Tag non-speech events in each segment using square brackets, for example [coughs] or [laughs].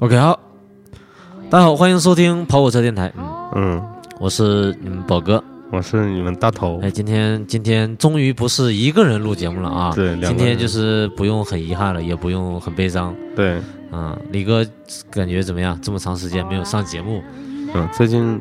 OK，好，大家好，欢迎收听跑火车电台，嗯，嗯，我是你们宝哥。我是你们大头哎，，今天今天终于不是一个人录节目了啊！对两个今人天就是不用很遗憾了，也不用很悲伤。对，嗯，李哥感觉怎么样？这么长时间没有上节目嗯，最近，嗯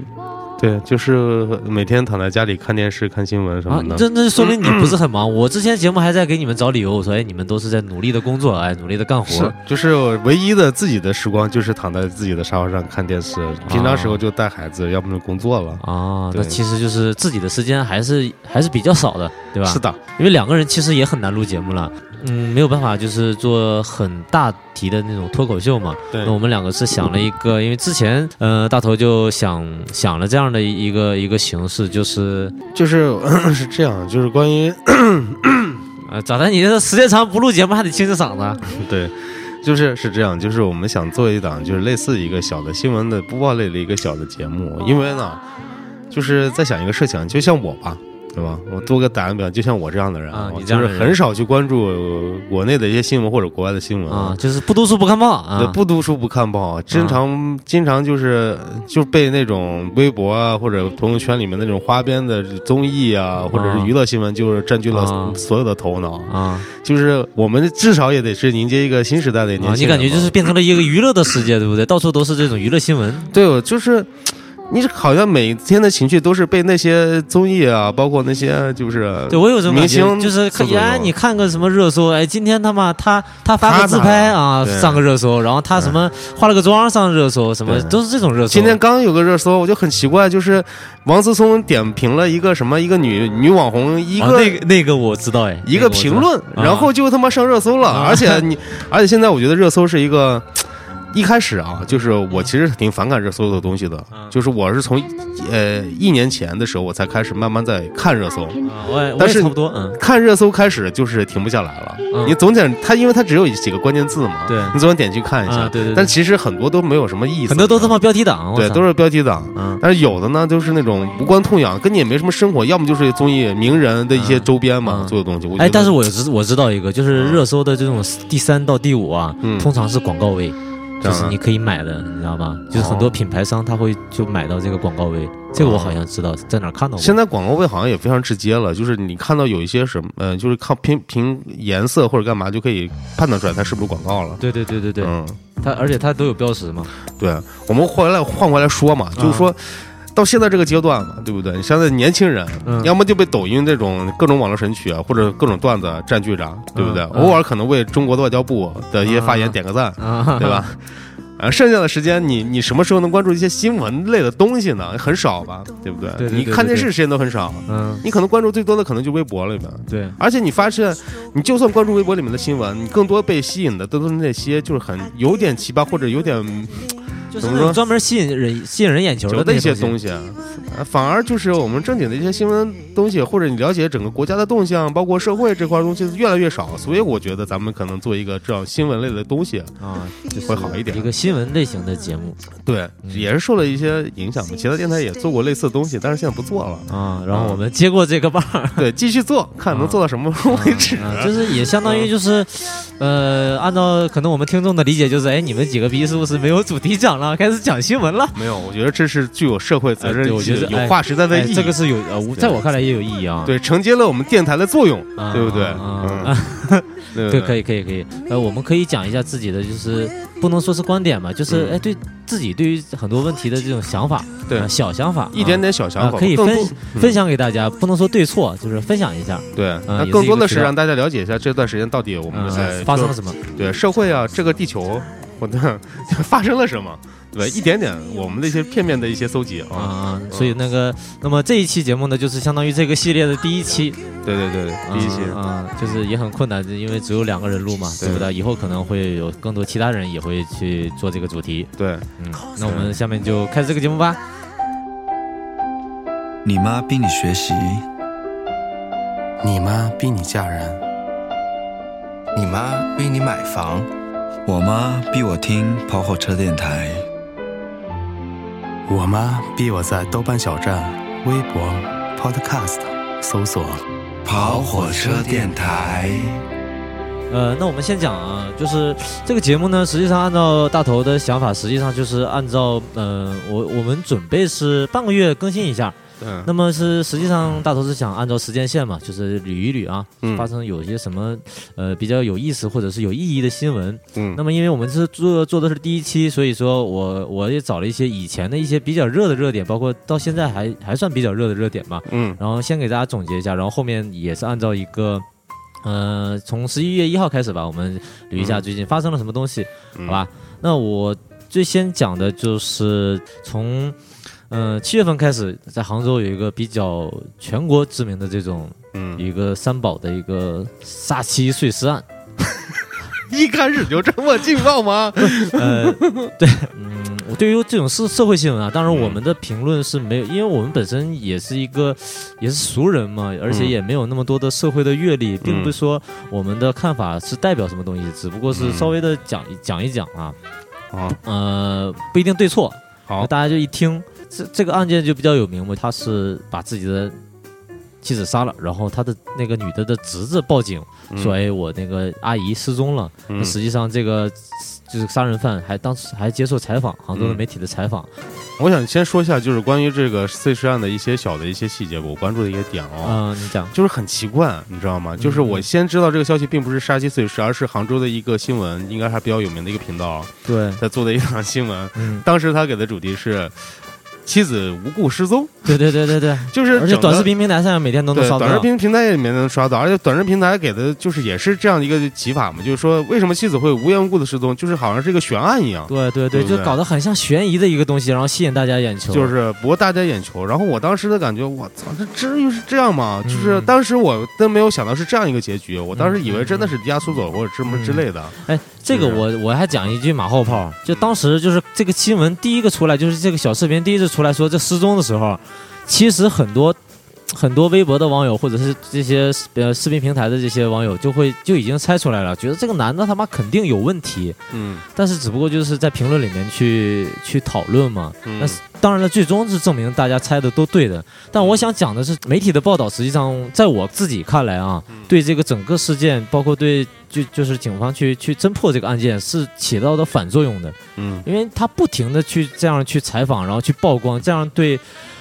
对，就是每天躺在家里看电视、看新闻什啊么？的，这那说明你不是很 [clears throat] 忙。我之前节目还在给你们找理由，我说哎，你们都是在努力的工作，哎，努力的干活是。，就是我唯一的自己的时光，就是躺在自己的沙发上看电视。平常时候就带孩子，要么就工作了。啊，那对其实就是自己的时间还是还是比较少的，对吧？是的，因为两个人其实也很难录节目了，嗯，没有办法，就是做很大题的那种脱口秀嘛。对那我们两个是想了一个，因为之前，呃，大头就想想了这样的一个一个形式，就是，就是 [coughs] 是这样，就是关于呃，咋的？你这时间长不录节目还得清清嗓 [laughs] 子？对，就是是这样，就是我们想做一档就是类似一个小的新闻的播报类的一个小的节目，因为呢，就是在想一个事情，就像我吧。对吧？我做个打个比方，就像我这样的人啊你我这就样是的人很少去关注国内的一些新闻或者国外的新闻啊，。就是不读书不看报啊，不读书不看报，啊经常、经常就是就被那种微博啊或者朋友圈里面那种花边的综艺啊，或者啊是娱乐新闻，就是占据啊了所有的头脑。啊就是我们至少也得是迎接一个新时代的年轻啊！人嘛、你感觉就是变成了一个娱乐的世界，对不对？到处都是这种娱乐新闻对，我就是。你好像每天的情绪都是被那些综艺啊，包括那些就是对我有这种感明觉，星就是所看左右哎，你看个什么热搜，哎，今天他妈他他发个他自咋拍了啊对上个热搜，然后他什么化了个妆上热搜，什么对都是这种热搜。今天刚有个热搜，我就很奇怪，就是王思聪点评了一个什么一个女女网红一啊个、那个那个我知道哎，一那个我知评道论，啊然后就他妈上热搜了。啊而且你，而且现在我觉得热搜是一个，一开始啊，就是我其实挺反感热搜的东西的，嗯就是我是从呃一年前的时候我才开始慢慢在看热搜。啊我也我但也是差不多嗯看热搜开始就是停不下来了，嗯你总得它，因为它只有几个关键字嘛，对你总得点去看一下。啊对对对但其实很多都没有什么意思，很多都他妈标题党，我对，操都是标题党。嗯但是有的呢，就是那种无关痛痒，跟你也没什么生活，要么就是综艺名人的一些周边嘛、嗯做的东西。我觉哎，得但是我知我知道一个，就是嗯热搜的这种第三到第五啊，嗯通常是广告位，这就样啊是你可以买的，你知道吗？就是很哦多品牌商他会就买到这个广告位，这个我好像知道在哪儿看到过现在广告位好像也非常直接了，就是你看到有一些什么，呃，就是靠凭凭颜色或者干嘛就可以判断出来它是不是广告了。对对对对对，嗯，它而且它都有标识嘛。对，啊我们回来换回来说嘛，嗯就是说。到现在这个阶段嘛，对不对？你现在年轻人，嗯要么就被抖音这种各种网络神曲啊，或者各种段子啊占据着，对不对？嗯嗯偶尔可能为中国的外交部的一些发言点个赞，啊，对吧？啊，剩下的时间你你什么时候能关注一些新闻类的东西呢？很少吧，对不对？对对对你看电视时间都很少， [laughs] 嗯，你可能关注最多的可能就微博里面。对，而且你发现，你就算关注微博里面的新闻，你更多被吸引的都是那些就是很有点奇葩或者有点就是怎么那种说专门吸引人吸引人眼球久的的那一些东东西，呃反而就是我们正经的一些新闻东西，或者你了解整个国家的动向，包括社会这块东西越来越少。所以我觉得咱们可能做一个这样新闻类的东西，啊，就是会好一点一个嗯新闻类型的节目对，也是受了一些影响嘛。其他电台也做过类似的东西，但是现在不做了。啊，然后我们接过这个棒 [laughs] 儿。对，继续做，看能做到什么时候为止。啊，就是也相当于就是，呃，按照可能我们听众的理解，就是哎，你们几个逼是不是没有主题讲了，开始讲新闻了？没有，我觉得这是具有社会责任哎对我觉得有哎有划时代的哎，意义。这个是有呃，我在我看来也有意义啊。对，承接了我们电台的作用，啊，对不对？啊嗯，啊对对，可以。以，可以，可以。呃，我们可以讲一下自己的，就是不能说是观点吧，就是嗯哎，对自己对于很多问题的这种想法，对啊小想法，一点啊点小想啊法，可以更分多分享给大家，不能说对错，就是分享一下，对，那啊也是更一多个的渠是道让大家了解一下这段时间到底我们嗯在，发生了什么？对社会啊，这个地球，我 [laughs] 的发生了什么？对，一点点我们的一些片面的一些搜集啊，啊，所以那个，那么这一期节目呢，就是相当于这个系列的第一期，对对对，第一期，啊、嗯就是也很困难，因为只有两个人录嘛，对不对？以后可能会有更多其他人也会去做这个主题。对，嗯，那我们下面就开始这个节目吧。你妈逼你学习，你妈逼你嫁人，你妈逼你买房，我妈逼我听跑火车电台，我妈逼我在豆瓣小站、微博、Podcast 搜索跑火车电台，呃，那我们先讲啊，就是这个节目呢，实际上按照大头的想法，实际上就是按照呃，我我们准备是半个月更新一下。嗯那么是实际上大头是想按照时间线嘛，就是捋一捋啊，嗯发生有些什么呃比较有意思或者是有意义的新闻。嗯那么因为我们是做做的是第一期，所以说我我也找了一些以前的一些比较热的热点，包括到现在还还算比较热的热点吧。嗯然后先给大家总结一下，然后后面也是按照一个，呃，从十一月一号开始吧，我们捋一下最近发生了什么东西，嗯好吧？那我最先讲的就是从，呃，七月份开始，在杭州有一个比较全国知名的这种嗯，一个三宝的一个杀妻碎尸案，一开始就这么劲 [laughs] 爆吗？呃，对，嗯，我对于这种社社会新闻啊，当然我们的评论是没有，因为我们本身也是一个也是俗人嘛，而且嗯也没有那么多的社会的阅历，并不嗯是说我们的看法是代表什么东西，只不过是嗯稍微的讲一讲一讲啊，啊，呃，不一定对错，好大家就一听这这个案件就比较有名嘛，他是把自己的。妻子杀了，然后他的那个女的的侄子报警说：“哎，我那个阿姨失踪了。”那嗯实际上这个就是杀人犯还当时还接受采访，杭州的嗯媒体的采访我想先说一下，就是关于这个碎尸案的一些小的一些细节，我关注的一些点哦，啊、你讲，就是很奇怪，你知道吗？就是嗯我先知道这个消息，并不是杀妻碎尸，而是杭州的一个新闻，应该还比较有名的一个频道，对，在做的一档 [laughs] 新闻。嗯，当时他给的主题是妻子无故失踪，对对对对 [laughs] 对，就是而且整个短视频平台上每天都能对刷短视到，频平台里面能刷到，而且短视频平台给的就是也是这样一个起法嘛，就是说为什么妻子会无缘无故的失踪，就是好像是一个悬案一样。对对对，对不就对搞得很像悬疑的一个东西，然后吸引大家眼球，就是博大家眼球，然后我当时的感觉，我操，这至于是这样吗？嗯就是当时我都没有想到是这样一个结局，我当时以为嗯真的是离家出走或者什么之类的。哎，这个我我还讲一句马后炮，就当时就是这个新闻第一个出来，就是这个小视频第一次出来说这失踪的时候，其实很多很多微博的网友或者是这些呃视频平台的这些网友就会就已经猜出来了，觉得这个男的他妈肯定有问题，嗯但是只不过就是在评论里面去去讨论嘛。嗯那当然了，最终是证明大家猜的都对的。但我想讲的是，媒体的报道实际上在我自己看来啊，对这个整个事件，包括对就就是警方去去侦破这个案件是起到的反作用的，嗯因为他不停的去这样去采访，然后去曝光，这样对。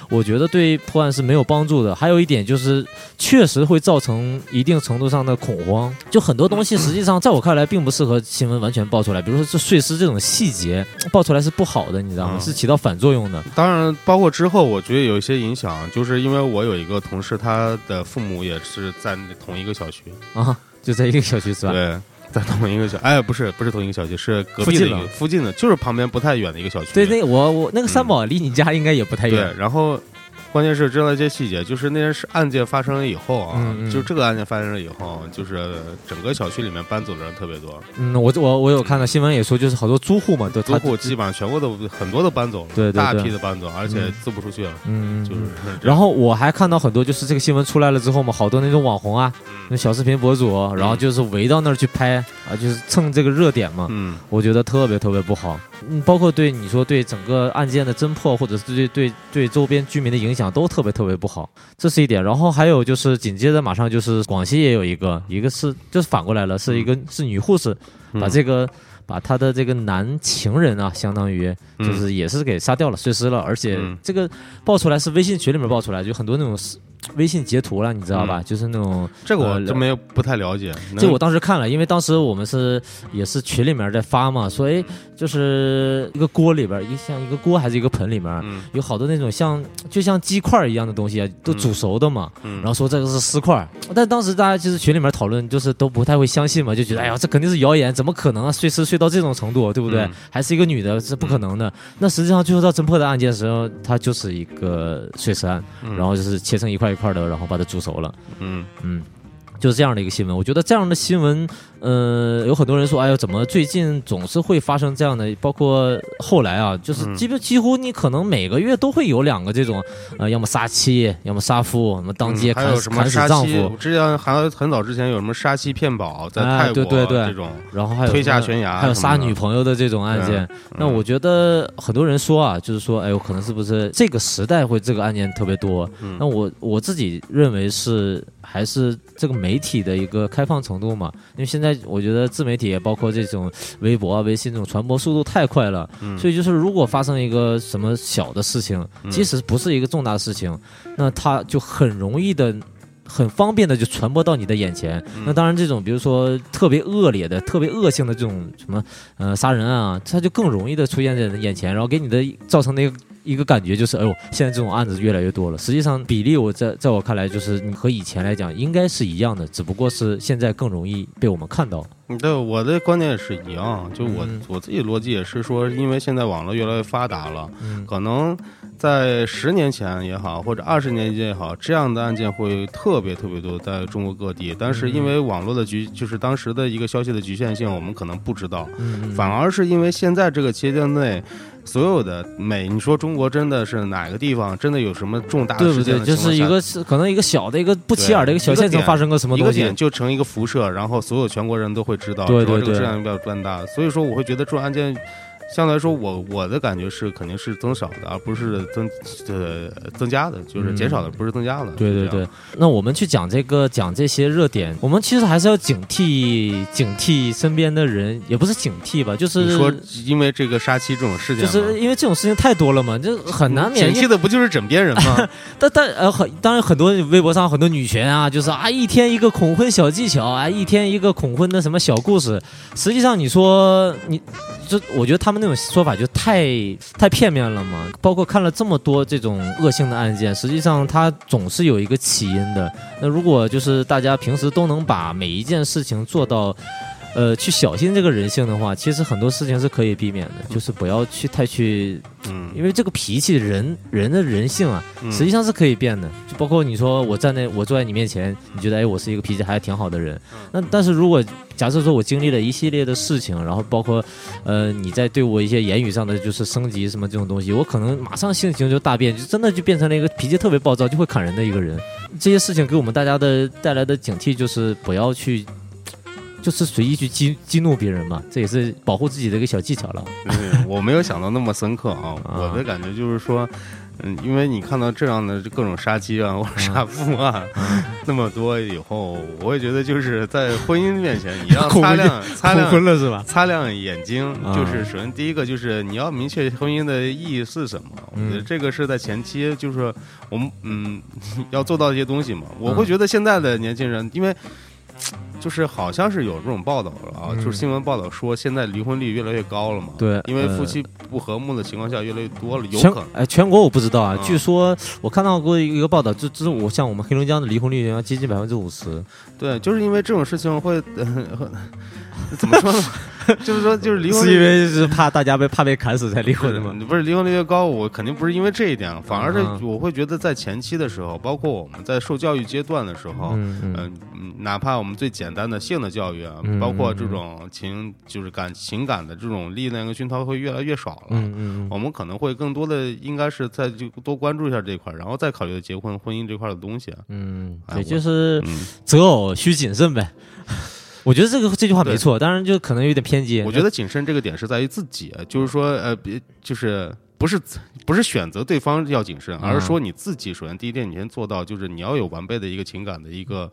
我觉得对破案是没有帮助的。还有一点就是，确实会造成一定程度上的恐慌。就很多东西，实际上在我看来，并不适合新闻完全爆出来。比如说这碎尸这种细节，爆出来是不好的，你知道吗？嗯是起到反作用的。当然，包括之后，我觉得有一些影响，就是因为我有一个同事，他的父母也是在同一个小区，啊，就在一个小区是吧？对，在同一个小，哎，不是不是同一个小区，是隔壁的附近一个的附近的，就是旁边不太远的一个小区。对，那我我那个三宝离你家应该也不太对远。，然后关键是知道一些细节，就是那件事案件发生了以后啊，嗯嗯就这个案件发生了以后，就是整个小区里面搬走的人特别多，嗯，我我我有看到新闻也说，就是好多租户嘛，都租他户基本上全部都很多都搬走了，对对对大批的搬走，而且租不出去了，嗯，就是嗯。这样然后我还看到很多，就是这个新闻出来了之后嘛，好多那种网红啊，那嗯小视频博主，然后就是围到那儿去拍啊，就是蹭这个热点嘛。嗯我觉得特别特别不好，嗯，包括对你说对整个案件的侦破，或者是对对对周边居民的影响都特别特别不好，这是一点。然后还有就是紧接着马上就是广西也有一个，一个是就是反过来了，是一嗯个是女护士把这个把她的这个男情人啊，相当于就嗯是也是给杀掉了、碎尸了，而且嗯这个爆出来是微信群里面爆出来，就很多那种微信截图了，你知道吧？就是那种这个我呃真没有不太了解，这嗯能我当时看了，因为当时我们是也是群里面在发嘛，所以就是一个锅里边，一个像一个锅还是一个盆里面，嗯有好多那种像就像鸡块一样的东西啊，都煮熟的嘛。嗯然后说这个是尸块，但当时大家就是群里面讨论，就是都不太会相信嘛，就觉得哎呀，这肯定是谣言，怎么可能啊？碎尸碎到这种程度，对不对？嗯还是一个女的，是不可能的。那实际上最后到侦破的案件的时候，它就是一个碎尸案，嗯然后就是切成一块一块的，然后把它煮熟了。嗯嗯，就是这样的一个新闻。我觉得这样的新闻，呃，有很多人说，哎呦，怎么最近总是会发生这样的？包括后来啊，就是嗯基本几乎你可能每个月都会有两个这种，呃，要么杀妻，要么杀夫，什么当街嗯还砍有死、什么砍死杀丈妻？我夫，之前还很早之前有什么杀妻骗保，在哎泰国啊对对对这种，然后还有推下什么悬崖还有什么杀的女朋友的这种案件。那我觉得很多人说啊，就是说，哎呦，可能是不是这个时代会这个案件特别多？那我我自己认为是还是这个媒体的一个开放程度嘛，因为现在我觉得自媒体也啊包括这种微博啊、微信这种传播速度太快了，所以就是如果发生一个什么小的事情，即使不是一个重大事情，那它就很容易的。很方便的就传播到你的眼前。那当然，这种比如说特别恶劣的、特别恶性的这种什么呃杀人案啊，它就更容易的出现在你的眼前，然后给你的造成的一个一个感觉就是，哎呦，现在这种案子越来越多了。实际上比例我在在我看来，就是你和以前来讲应该是一样的，只不过是现在更容易被我们看到。嗯，对，我的观点也是一样，就我、嗯我自己逻辑也是说，因为现在网络越来越发达了，嗯可能在十年前也好，或者二十年前也好，这样的案件会特别特别多，在中国各地。但是因为嗯网络的局，就是当时的一个消息的局限性，我们可能不知道，嗯，反而是因为现在这个阶段内。所有的每你说中国真的是哪个地方真的有什么重大对事不件对？的就情况是一下个是可能一个小的一个不起眼的一个小一个县城点发生个什么一东个西点，就成一个辐射，然后所有全国人都会知道，对知道对这个对质量比较变大。所以说，我会觉得这种案件，相对来说，我我的感觉是肯定是增少的，而不是增呃增加的，就是减少的，不是增加的。嗯对对是这对样，，那我们去讲这个讲这些热点，我们其实还是要警惕警惕身边的人，也不是警惕吧，就是你说因为这个杀妻这种事件就吗，是因为这种事情太多了嘛，就很难免。前期的不就是枕边人吗？但但呃，很当然，很多微博上很多女权啊，就是啊，一天一个恐婚小技巧啊，一天一个恐婚的什么小故事。实际上，你说你，就我觉得他们那种说法就太太片面了嘛。包括看了这么多这种恶性的案件，实际上它总是有一个起因的。那如果就是大家平时都能把每一件事情做到。呃，去小心这个人性的话，其实很多事情是可以避免的，就是不要去太去，嗯，因为这个脾气人人的人性啊，嗯实际上是可以变的，就包括你说我站在我坐在你面前，你觉得哎我是一个脾气还挺好的人，那但是如果假设说我经历了一系列的事情，然后包括呃你在对我一些言语上的就是升级什么这种东西，我可能马上性情就大变，就真的就变成了一个脾气特别暴躁就会砍人的一个人。这些事情给我们大家的带来的警惕就是不要去。就是随意去激激怒别人嘛，这也是保护自己的一个小技巧了。对我没有想到那么深刻啊，啊我的感觉就是说。嗯，因为你看到这样的各种杀妻啊， [laughs] 或者杀夫啊，那么多以后，我也觉得就是在婚姻面前， [laughs] 你要恐擦婚亮 [laughs] 擦亮了是吧？擦亮眼睛。啊就是首先第一个就是你要明确婚姻的意义是什么。我觉得嗯这个是在前期，就是我们嗯 [laughs] 要做到一些东西嘛。我嗯会觉得现在的年轻人，因为。就是好像是有这种报道了啊，嗯就是新闻报道说现在离婚率越来越高了嘛。对因为呃夫妻不和睦的情况下越来越多了，有全可能。哎，全国我不知道啊嗯。据说我看到过一个报道，就就是我像我们黑龙江的离婚率要接近百分之五十。对，就是因为这种事情会，呃、 [laughs] 很怎么说呢？ [laughs] 就是说，就是离婚率为是怕大家被怕被砍死才离不是？你不是离婚率越高，我肯定不是因为这一点，啊反而是嗯我会觉得在前期的时候，包括我们在受教育阶段的时候，嗯嗯嗯嗯，哪怕我们最简单的性的教育啊，嗯包括这种情就是感情感的这种力量跟熏陶会越来越少了。嗯嗯我们可能会更多的应该是在就多关注一下这一块，然后再考虑结婚婚姻这块的东西。嗯，哎对，我就是嗯，择偶需谨慎呗。我觉得这个这句话没错，当然就可能有点偏激。我觉得谨慎这个点是在于自己，就是说，呃，别就是不是不是选择对方要谨慎，而嗯是说你自己首先第一点，你先做到，就是你要有完备的一个情感的一个，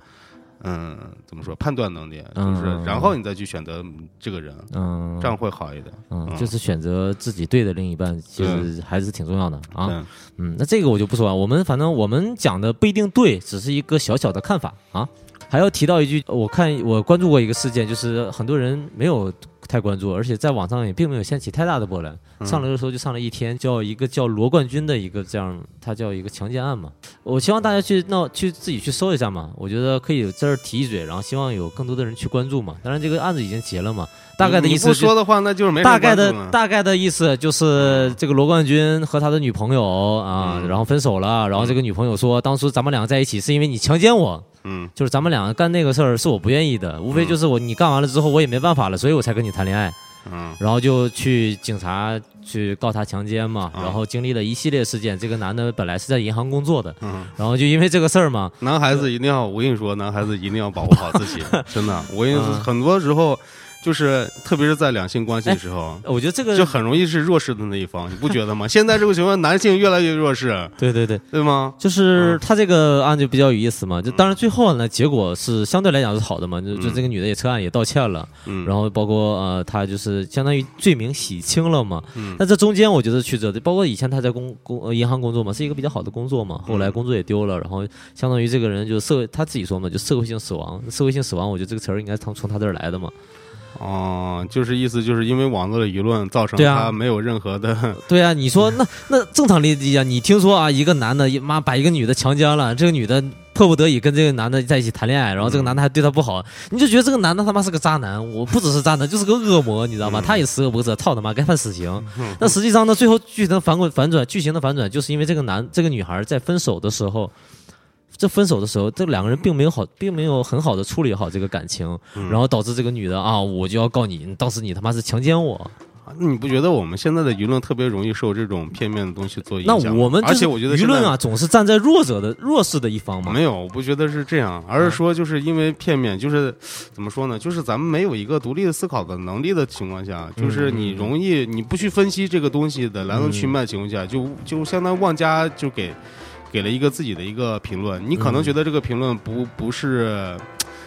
嗯，怎么说判断能力，就嗯是然后你再去选择这个人，嗯这样会好一点。嗯，就是选择自己对的另一半，其实还是挺重要的啊。嗯，嗯，那这个我就不说了。我们反正我们讲的不一定对，只是一个小小的看法啊。还要提到一句，我看我关注过一个事件，就是很多人没有太关注，而且在网上也并没有掀起太大的波澜。嗯上了热搜就上了一天，叫一个叫罗冠军的一个这样，他叫一个强奸案嘛。我希望大家去闹去自己去搜一下嘛，我觉得可以在这儿提一嘴，然后希望有更多的人去关注嘛。当然这个案子已经结了嘛，大概的意你思不就是说的话，那就是没什大么概关注的嘛大概的意思就是，这个罗冠军和他的女朋友啊，嗯然后分手了，然后这个女朋友说，当初咱们俩在一起是因为你强奸我，嗯就是咱们俩干那个事儿是我不愿意的，无非就是我你干完了之后我也没办法了，所以我才跟你谈恋爱，嗯然后就去警察去告他强奸嘛，嗯然后经历了一系列事件。这个男的本来是在银行工作的，嗯，然后就因为这个事儿嘛，男孩子一定要，我跟你说，男孩子一定要保护好 [laughs] 自己，真的，我跟你说，嗯很多时候就是，特别是在两性关系的时候。我觉得这个就很容易是弱势的那一方，你不觉得吗？现在这个情况，男性越来越弱势，对对对，对吗？嗯就是他这个案就比较有意思嘛，就当然最后呢，结果是相对来讲是好的嘛，就就嗯这个女的也撤案也道歉了，嗯，然后包括呃，她就是相当于罪名洗清了嘛。嗯但这中间我觉得曲折的，包括以前她在工工、呃、银行工作嘛，是一个比较好的工作嘛，后来工作也丢了，然后相当于这个人就社会他自己说嘛，就社会性死亡，社会性死亡，我觉得这个词儿应该从从他这儿来的嘛。哦，就是意思就是因为网络的舆论造成对啊他没有任何的， [laughs] 对啊，你说那那正常理解啊，你听说啊，一个男的妈把一个女的强奸了，这个女的迫不得已跟这个男的在一起谈恋爱，然后这个男的还对她不好，你就觉得这个男的他妈是个渣男，我不只是渣男，就是个恶魔，你知道吗？他也十恶不赦，操他妈，该判死刑。那实际上呢，最后剧情的反滚反转，剧情的反转，就是因为这个男这个女孩在分手的时候。这分手的时候，这两个人并没有好，并没有很好的处理好这个感情，然后导致这个女的啊，我就要告你，你当时你他妈是强奸我，你不觉得我们现在的舆论特别容易受这种片面的东西做影那响吗？我们就而是且我觉得舆现论在啊，总是站在弱者的弱势的一方嘛。没有，我不觉得是这样，而是说就是因为片面，就是怎么说呢？就是咱们没有一个独立思考的能力的情况下，就是你容易你不去分析这个东西的来龙去脉的情况下，就就相当于妄加就给给了一个自己的一个评论，你可能觉得这个评论不不是。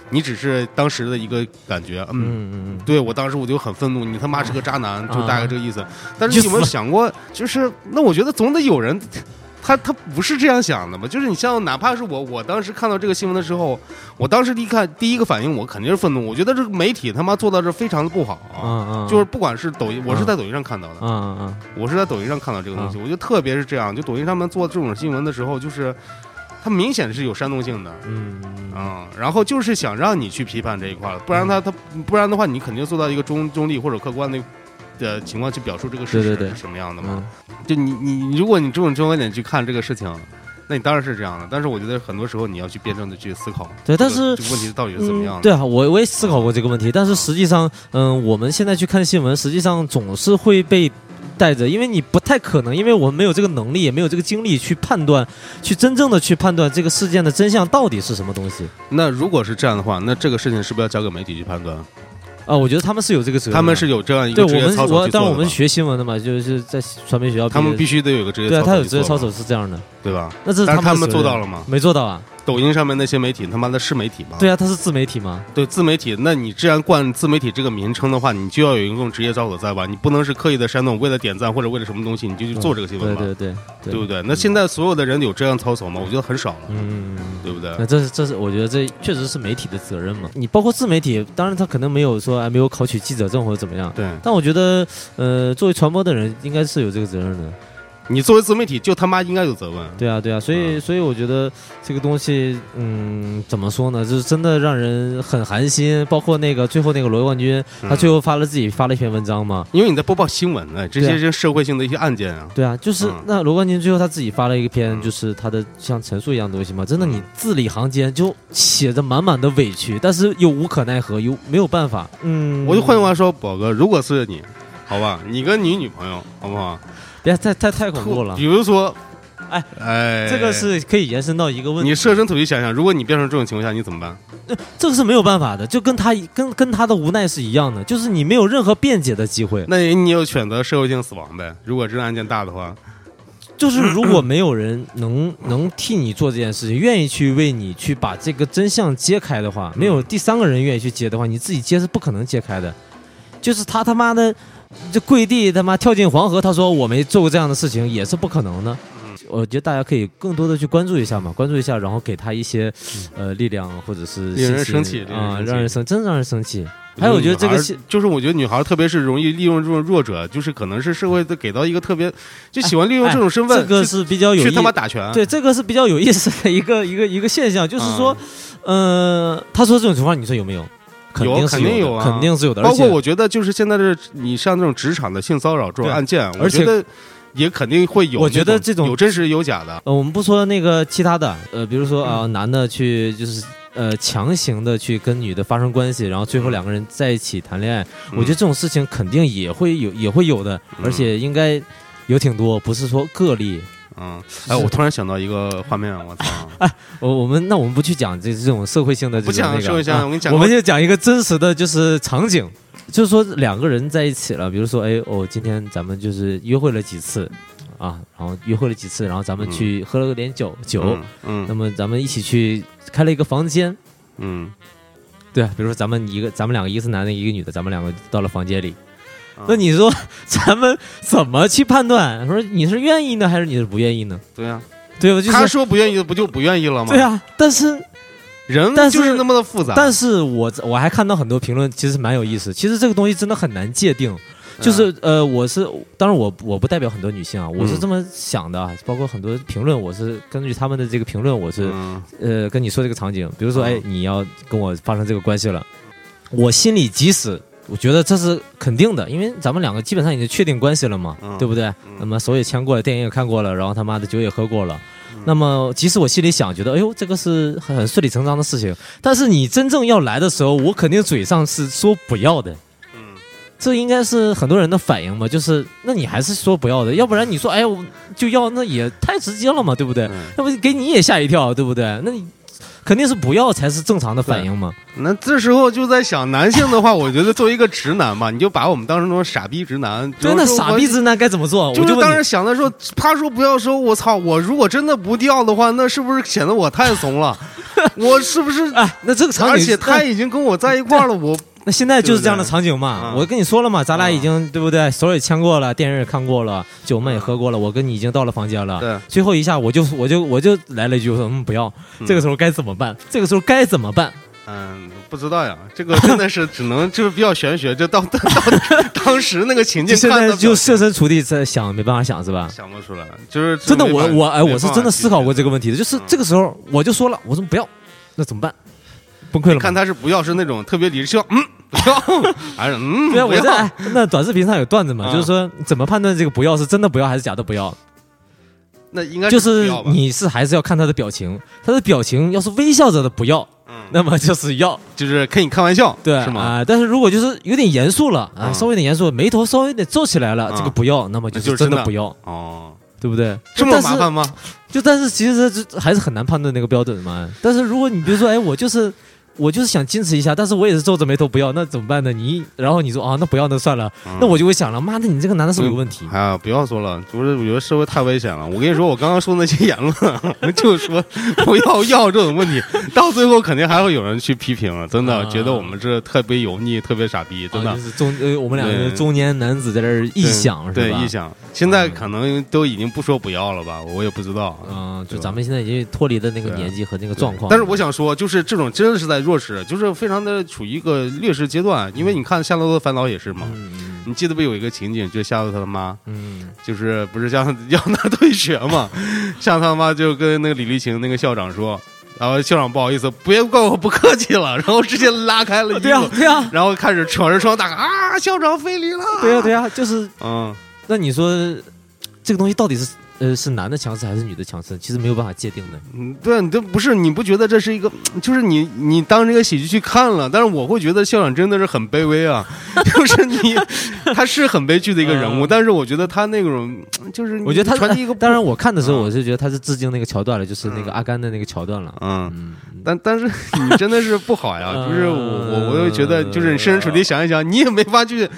你只是当时的一个感觉，嗯，嗯嗯对我当时我就很愤怒，你他妈是个渣男，就大概这个意思。嗯但去是你有没有死想过，就是那我觉得总得有人，他他不是这样想的嘛？就是你像哪怕是我，我当时看到这个新闻的时候，我当时一看第一个反应我肯定是愤怒，我觉得这个媒体他妈做到这非常的不好嗯啊嗯嗯，就是不管是抖音，我是嗯在抖音上看到的，嗯嗯我是在抖音上看到这个东西，我觉得特别是这样，就抖音上面做这种新闻的时候，就是它明显是有煽动性的，嗯嗯嗯，然后就是想让你去批判这一块儿，不然他他不然的话，你肯定做到一个中中立或者客观的的情况去表述这个事对实对对是什么样的嘛。嗯，就你你你如果你这种中观点去看这个事情，那你当然是这样的。但是我觉得很多时候你要去辩证的去思考这对个，但是这个问题到底是怎么样的？啊对啊，我我也思考过这个问题，但是实际上，嗯，我们现在去看新闻，实际上总是会被带着，因为你不太可能，因为我们没有这个能力，也没有这个精力去判断，去真正的去判断这个事件的真相到底是什么东西。那如果是这样的话，那这个事情是不是要交给媒体去判断？啊，我觉得他们是有这个责任的，他们是有这样一对个我职业操们守我去当然做我的们吧？学新闻的嘛，就是在传媒学校，他们必须得有一个职业对啊，操他守有去职业做操吧守是这样的，对吧？那这是但是们他的们责做任到了吗？没做到啊？抖音上面那些媒体他妈的是媒体吗？对啊，他是自媒体嘛。对自媒体，那你既然冠自媒体这个名称的话，你就要有一种职业操守在吧？你不能是刻意的煽动，为了点赞或者为了什么东西，你就去做这个新闻嗯对吧，对对对不对？那现在所有的人有这样操守吗？我觉得很少了，嗯，对不对？那这是这是我觉得这确实是媒体的责任嘛。你包括自媒体，当然他可能没有说哎没有考取记者证或者怎么样，对但我觉得呃作为传播的人应该是有这个责任的。你作为自媒体，就他妈应该有责问。对啊对啊，所以所以我觉得这个东西嗯怎么说呢，就是真的让人很寒心。包括那个最后那个罗冠军，他嗯最后发了自己发了一篇文章嘛。因为你在播报新闻呢，这对些啊是社会性的一些案件啊。对啊，就是、嗯那罗冠军最后他自己发了一篇嗯，就是他的像陈述一样的东西嘛。真的，你字里行间就写着满满的委屈，但是又无可奈何，又没有办法。嗯，我就换句话说，宝哥，如果是你，好吧，你跟你女朋友好不好？别太太太恐怖了比。如说，哎哎，这个是可以延伸到一个问题，你设身处地想想，如果你变成这种情况下，你怎么办？这个是没有办法的，就跟他一跟跟他的无奈是一样的，就是你没有任何辩解的机会。 [laughs] 那你有选择社会性死亡呗？如果真的案件大的话，就是嗯如果没有人能能替你做这件事情，愿意去为你去把这个真相揭开的话，没有第三个人愿意去揭的话，你自己揭是不可能揭开的。就是他他妈的，这跪地他妈跳进黄河，他说我没做过这样的事情，也是不可能的。嗯我觉得大家可以更多的去关注一下嘛，关注一下，然后给他一些呃力量或者是嗯令人信息生气令人啊，生气让人生真让人生气。还有，我觉得这女个孩戏就是我觉得女孩特别是容易利用这种弱者，就是可能是社会的给到一个特别，就喜欢利用这种身份，哎这个去是比较有去意他妈打拳。对，这个是比较有意思的一个 [laughs] 一个一个现象，就是说，呃，他说这种情况，你说有没有？肯啊有定肯是定有有的，啊肯定是有的。包而括且我觉得就是现在这你像这种职场的性骚扰这种对案件，我而且觉得也肯定会有那。我觉得这种有真实有假的。嗯呃，我们不说那个其他的，呃，比如说啊、男的去就是呃强行的去跟女的发生关系，然后最后两个人在一起谈恋爱，嗯我觉得这种事情肯定也会有，也会有的，而且应该有挺多，不是说个例。嗯，哎，我突然想到一个画面，我操！ [laughs] 我我们那我们不去讲这这种社会性的这不种讲那社会个，性啊我跟你讲我们就讲一个真实的就是场景，就是说两个人在一起了，比如说哎，我、今天咱们就是约会了几次啊，然后约会了几次，然后咱们去喝了点酒酒，嗯那么咱们一起去开了一个房间，嗯对啊，比如说咱们一个，咱们两个，一个是男的，一个女的，咱们两个到了房间里，嗯，那你说 [laughs] 咱们怎么去判断？说你是愿意呢，还是你是不愿意呢？嗯对呀，对吧？就他是说不愿意，不就不愿意了吗？对，啊，但是人但就是是那么的复杂。但是我我还看到很多评论，其实蛮有意思。其实这个东西真的很难界定，就是呃，我是当然我我不代表很多女性啊，我是嗯这么想的啊，包括很多评论，我是根据他们的这个评论，我是嗯呃跟你说这个场景，比如说嗯哎你要跟我发生这个关系了，我心里即使我觉得这是肯定的，因为咱们两个基本上已经确定关系了嘛，嗯对不对？那么手也牵过了，电影也看过了，然后他妈的酒也喝过了。嗯那么，即使我心里想觉得，哎呦，这个是很很顺理成章的事情，但是你真正要来的时候，我肯定嘴上是说不要的。嗯这应该是很多人的反应吧，就是那你还是说不要的，要不然你说哎我就要，那也太直接了嘛，对不对？嗯要不给你也吓一跳，对不对？那你肯定是不要才是正常的反应嘛。那这时候就在想，男性的话，我觉得作为一个直男吧，你就把我们当成那种傻逼直男，对，就那是说傻我逼直男该怎么做？我就是问当你时想的时候，他说不要说，我操！我如果真的不掉的话，那是不是显得我太 [laughs] 怂了？我是不是？哎，那这个场景，而且他那已经跟我在一块儿 [laughs] 了，我那现在就是这样的对不对场景嘛。嗯我跟你说了嘛，咱俩已嗯经、对不对？手也牵过了，电影也看过了，酒们也喝过了，我跟你已经到了房间了。啊对最后一下，我就我就我就来了一句，我说嗯不要。这个时候该怎么办？这个时候该怎么办？嗯不知道呀，这个真的是只能就是比较玄学， [laughs] 就到到到当时那个情境现看在的就设身处地在想，没办法想是吧？想不出来，就是真的，我我哎，没我是真的思考过这个。个问题的，就是这个时候我就说了，我说不要，那怎么办？崩溃了看吗？他是不要是那种特别理智，希望嗯不要，还是嗯对啊，不我要在 [laughs] 哎那短视频上有段子嘛，嗯就是说怎么判断这个不要是真的不要还是假的不要？那应该就是不要吧你是还是要看他的表情，他的表情要是微笑着的不要，那么就是要就是跟你开玩笑，对是吗？啊。嗯但是如果就是有点严肃了啊，嗯稍微有点严肃，眉头稍微有点皱起来了，嗯这个不要，那么那就就是是真的真的不要，哦，对不对？这么但是麻烦吗？就但是其实这还是很难判断那个标准嘛。但是如果你比如说，哎，我就是我就是想矜持一下，但是我也是皱着眉头不要，那怎么办呢？你然后你说啊，那不要那算了，嗯那我就会想了，妈的，你这个男的是不是有问题。哎呀，不要说了，就是我觉得社会太危险了。我跟你说，我刚刚说那些言论， [laughs] 就是 [laughs] 说不要要这种问题，到最后肯定还会有人去批评，真的啊觉得我们这特别油腻，特别傻逼，真啊，的就。是中呃，我们两个对就是中年男子在这儿对臆想是吧？对哦臆想，嗯现在可能都已经不说不要了吧，我也不知道。啊嗯，就对吧咱们现在已经脱离了那个对啊年纪和那个对状况。但是我想说，就是这种真的是在弱势，就是非常的处于一个劣势阶段。因为你看《夏洛特烦恼》也是嘛，嗯，你记得不有一个情景，就是夏洛特他妈，嗯就是不是向 [laughs] 要他退学嘛？向他妈就跟那个李丽琴那个校长说，然后校长不好意思，别怪我不客气了，然后直接拉开了嗯，衣服，对 [laughs] 呀对呀然后开始扯着双打啊，校长非礼了，对啊呀对呀，就是嗯，那你说这个东西到底是呃是男的强势还是女的强势？其实没有办法界定的。嗯，对你都不是，你不觉得这是一个，就是你你当这个喜剧去看了，但是我会觉得校长真的是很卑微啊， [laughs] 就是你他是很悲剧的一个人物，嗯但是我觉得他那种就是我觉得他传递 [laughs] 一个呃，当然我看的时候嗯我是觉得他是致敬那个桥段了，就是那个嗯阿甘的那个桥段了。嗯。嗯，但但是你真的是不好呀，就是我我我又觉嗯得，就是你设身处地想一想，你也没法去，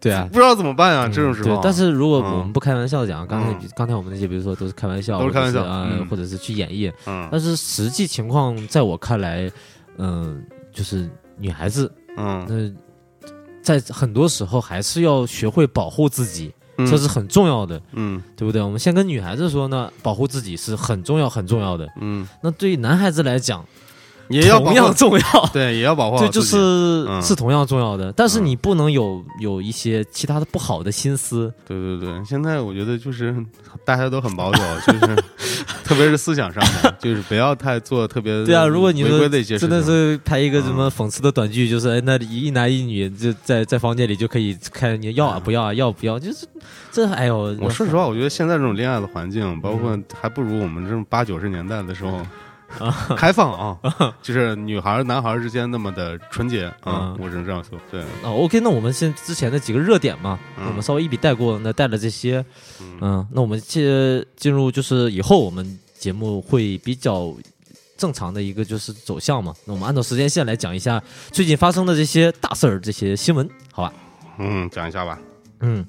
对 [laughs] 啊。不知道怎么办呀，这种时嗯候对，。但是如果嗯我们不开玩笑讲，刚才嗯刚才我们那些，比如说都是开玩笑，都是开玩笑或者啊嗯，或者是去演绎，嗯但是实际情况在我看来，嗯，就是女孩子嗯，那在很多时候还是要学会保护自己，嗯这是很重要的，嗯对不对？我们先跟女孩子说呢，保护自己是很重要、很重要的。嗯，那对于男孩子来讲，也要保同样护，重要，对，也要保护好对，自己。就是、嗯是同样重要的。但是你不能有有一些其他的不好的心思，对对对，现在我觉得就是大家都很保守， [laughs] 就是特别是思想上的，就是不要太做特别对啊。如果你违说呃规的一些事真的情。是拍一个什嗯么讽刺的短剧，就是哎，那一男一女就在在房间里就可以看你要嗯啊不要啊要不要，就是这哎呦，嗯我说实话，我觉得现在这种恋爱的环境，包括还不如我们这种八九十年代的时候开放啊，就是女孩儿男孩儿之间那么的纯洁啊嗯，我只能这样说。对，啊、o k 那我们现之前的几个热点嘛，嗯我们稍微一笔带过，那带了这些，嗯嗯，那我们进进入就是以后我们节目会比较正常的一个就是走向嘛，那我们按照时间线来讲一下最近发生的这些大事儿、这些新闻，好吧？嗯，讲一下吧，嗯，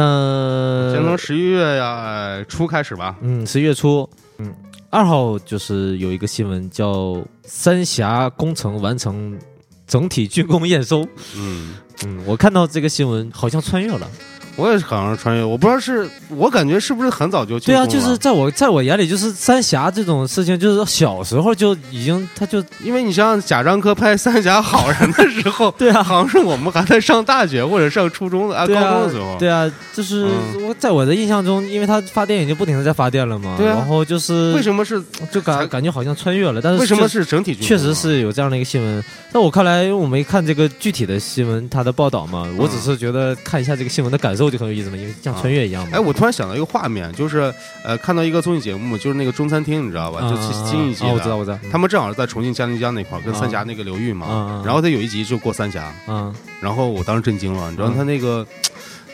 那先从十一月呀呃初开始吧。嗯，十一月初，嗯，二号就是有一个新闻叫三峡工程完成整体竣工验收。嗯，嗯，我看到这个新闻好像穿越了。我也是好像穿越，我不知道是我感觉是不是很早就竣对啊，工就了是在我在我眼里，就是三峡这种事情，就是小时候就已经，他就，因为你像贾樟柯拍《三峡好人》的时候 [laughs] 对啊好像是我们还在上大学或者上初中的啊高对中啊的时候，，对啊，就是嗯我在我的印象中，因为他发电已经不停的在发电了嘛，对啊然后就是为什么是就才感感觉好像穿越了，但是为什么确是整体竣工啊？确实是有这样的一个新闻，但我看来，因为我没看这个具体的新闻，它的报道嘛，嗯我只是觉得看一下这个新闻的感受就很有意思嘛，因为像穿越一样嘛。哎，我突然想到一个画面，就是呃，看到一个综艺节目，就是那个中餐厅，你知道吧？啊就新新一季啊的，嗯我知道，我知道，他们正好是在重庆嘉陵江那块儿，跟啊三峡那个流域嘛。啊啊然后他有一集就过三峡，嗯然后我当时震惊了，你知道嗯他那个，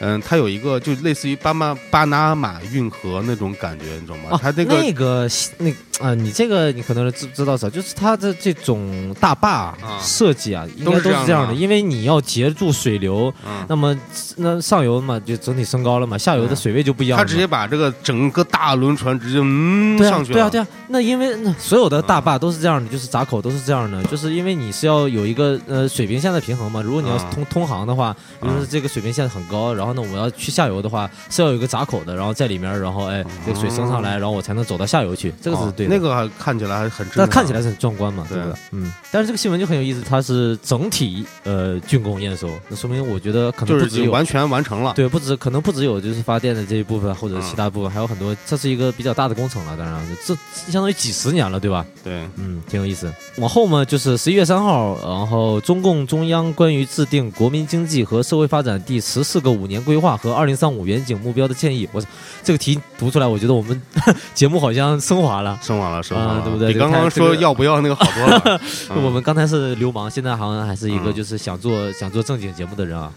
嗯，他有一个就类似于巴马巴拿马运河那种感觉，你知道吗？啊，他那个那个那啊，你这个你可能知知道少，就是它的这种大坝啊设计啊，应该都都是这样这样的，的因为你要截住水流，嗯，那么那上游嘛就整体升高了嘛，下游的嗯水位就不一样了他嘛。直接把这个整个大轮船直接嗯对啊上去了，嗯对啊，对啊。那因为那所有的大坝都是这样的，就是闸口都是这样的，就是因为你是要有一个呃水平线的平衡嘛。如果你要啊通、通航的话，比如说啊这个水平线很高，然后呢我要去下游的话是要有一个闸口的，然后在里面，然后哎这个水升上来，然后我才能走到下游去，这个是哦对的。那个还看起来还很震那撼，看起来是很壮观嘛，对对不对？嗯，但是这个新闻就很有意思，它是整体呃竣工验收，那说明我觉得可能就不是已只经有完全完成了。对，不止可能不只有就是发电的这一部分，或者其他嗯部分，还有很多。这是一个比较大的工程了，当然这这相当于几十年了，对吧？对，嗯，挺有意思。往后嘛，就是十一月三号，然后中共中央关于制定国民经济和社会发展第十四个五年规划和二零三五远景目标的建议。我操这个题读出来，我觉得我们 [laughs] 节目好像升华了。升完了，升完啊了，对不对比这个刚刚太说这个。要不要那个好多了 [laughs] 嗯我们刚才是流氓，现在好像还是一个嗯就是想做、想做正经节目的人啊，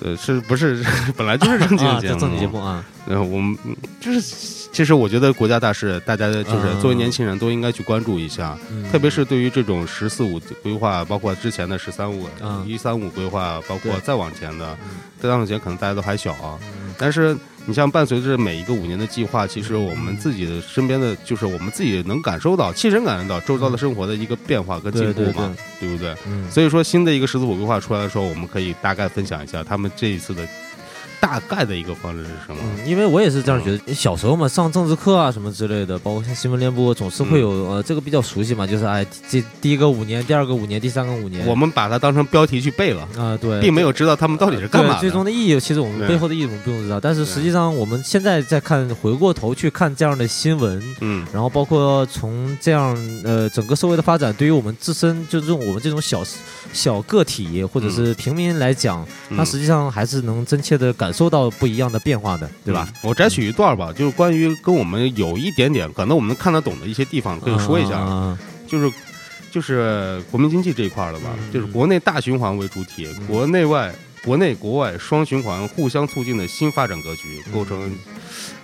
呃，是不是 [laughs] 本来就是 [laughs] 正经啊，的节这目？正经节目啊，呃。我们嗯就是，其实我觉得国家大事，大家就是嗯作为年轻人都应该去关注一下，嗯特别是对于这种“十四五”规划，包括之前的“十三五”、“嗯一三五”规划，包括对再往前的嗯，再往前可能大家都还小啊。嗯但是你像伴随着每一个五年的计划，其实我们自己的身边的，就是我们自己能感受到、亲身感受到周遭的生活的一个变化跟对进步嗯对对嘛，，对不对？嗯，所以说，新的一个十四五规划出来的时候，我们可以大概分享一下他们这一次的大概的一个方式是什么。嗯，因为我也是这样觉嗯得，小时候嘛，上政治课啊什么之类的，包括像新闻联播，总是嗯会有、呃，这个比较熟悉嘛，就是哎，这第一个五年，第二个五年，第三个五年，我们把它当成标题去背了，啊、对，并没有知道他们到底是干嘛对最的。终的意义，其实我们对背后的意义我们不用知道，但是实际上我们现在在看，回过头去看这样的新闻，嗯，然后包括从这样呃整个社会的发展，对于我们自身就这种我们这种小小个体或者是平民来讲，嗯它实际上还是能真切的感受到不一样的变化的，对吧？？嗯我摘取一段吧，就是关于跟我们有一点点可能我们看得懂的一些地方，可以说一下啊。啊，就是就是国民经济这一块儿了吧，嗯就是国内大循环为主体，国内外。国内国外双循环互相促进的新发展格局，嗯构成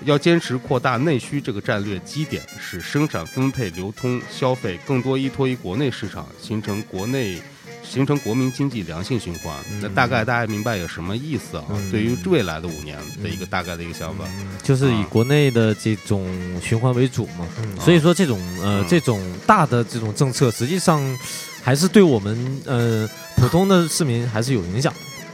要坚持扩大内需这个战略基点，使生产分配、流通、消费更多依托于国内市场，形成国内形成国民经济良性循环。嗯那大概大家明白有什么意思啊？嗯对于未来的五年的一个大概的一个想法。嗯就是以啊国内的这种循环为主嘛，所以说这种呃、嗯这种大的这种政策，实际上还是对我们呃普通的市民还是有影响。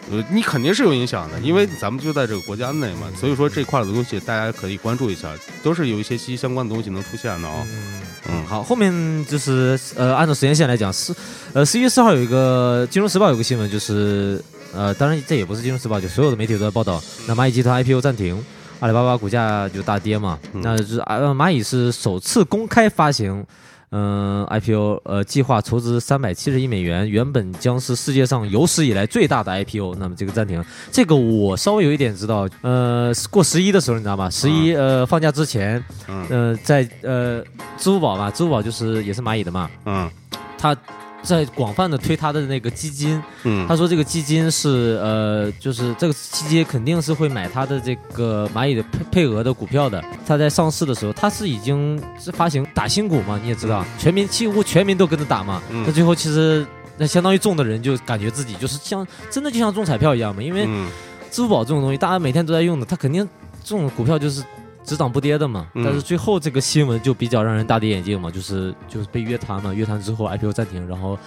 呃，你肯定是有影响的，因为嗯咱们就在这个国家内嘛，嗯所以说这块儿的东西大家可以关注一下，都是有一些息息相关的东西能出现的啊、嗯，嗯，好，后面就是呃按照时间线来讲，是呃十一月四号有一个《金融时报》有个新闻，就是呃当然这也不是《金融时报》，就所有的媒体都在报道，那蚂蚁集团 IPO 暂停。阿里巴巴股价就大跌嘛，嗯那就是啊，蚂蚁是首次公开发行，嗯、IPO 呃计划筹资三百七十亿美元，原本将是世界上有史以来最大的 IPO。那么这个暂停，这个我稍微有一点知道。呃，过十一的时候你知道吗？十一、呃放假之前，啊嗯呃在呃支付宝嘛，支付宝就是也是蚂蚁的嘛，嗯它在广泛的推它的那个基金，嗯，他说这个基金是呃，就是这个基金肯定是会买它的这个蚂蚁的配配额的股票的。它在上市的时候，它是已经是发行打新股嘛，你也知道，全民几乎全民都跟着打嘛。嗯那最后其实那相当于中的人就感觉自己就是像真的就像中彩票一样嘛，因为嗯支付宝这种东西大家每天都在用的，它肯定这种股票就是。只涨不跌的嘛，嗯但是最后这个新闻就比较让人大跌眼镜嘛，就是就是被约谈嘛，约谈之后 IPO 暂停，然后，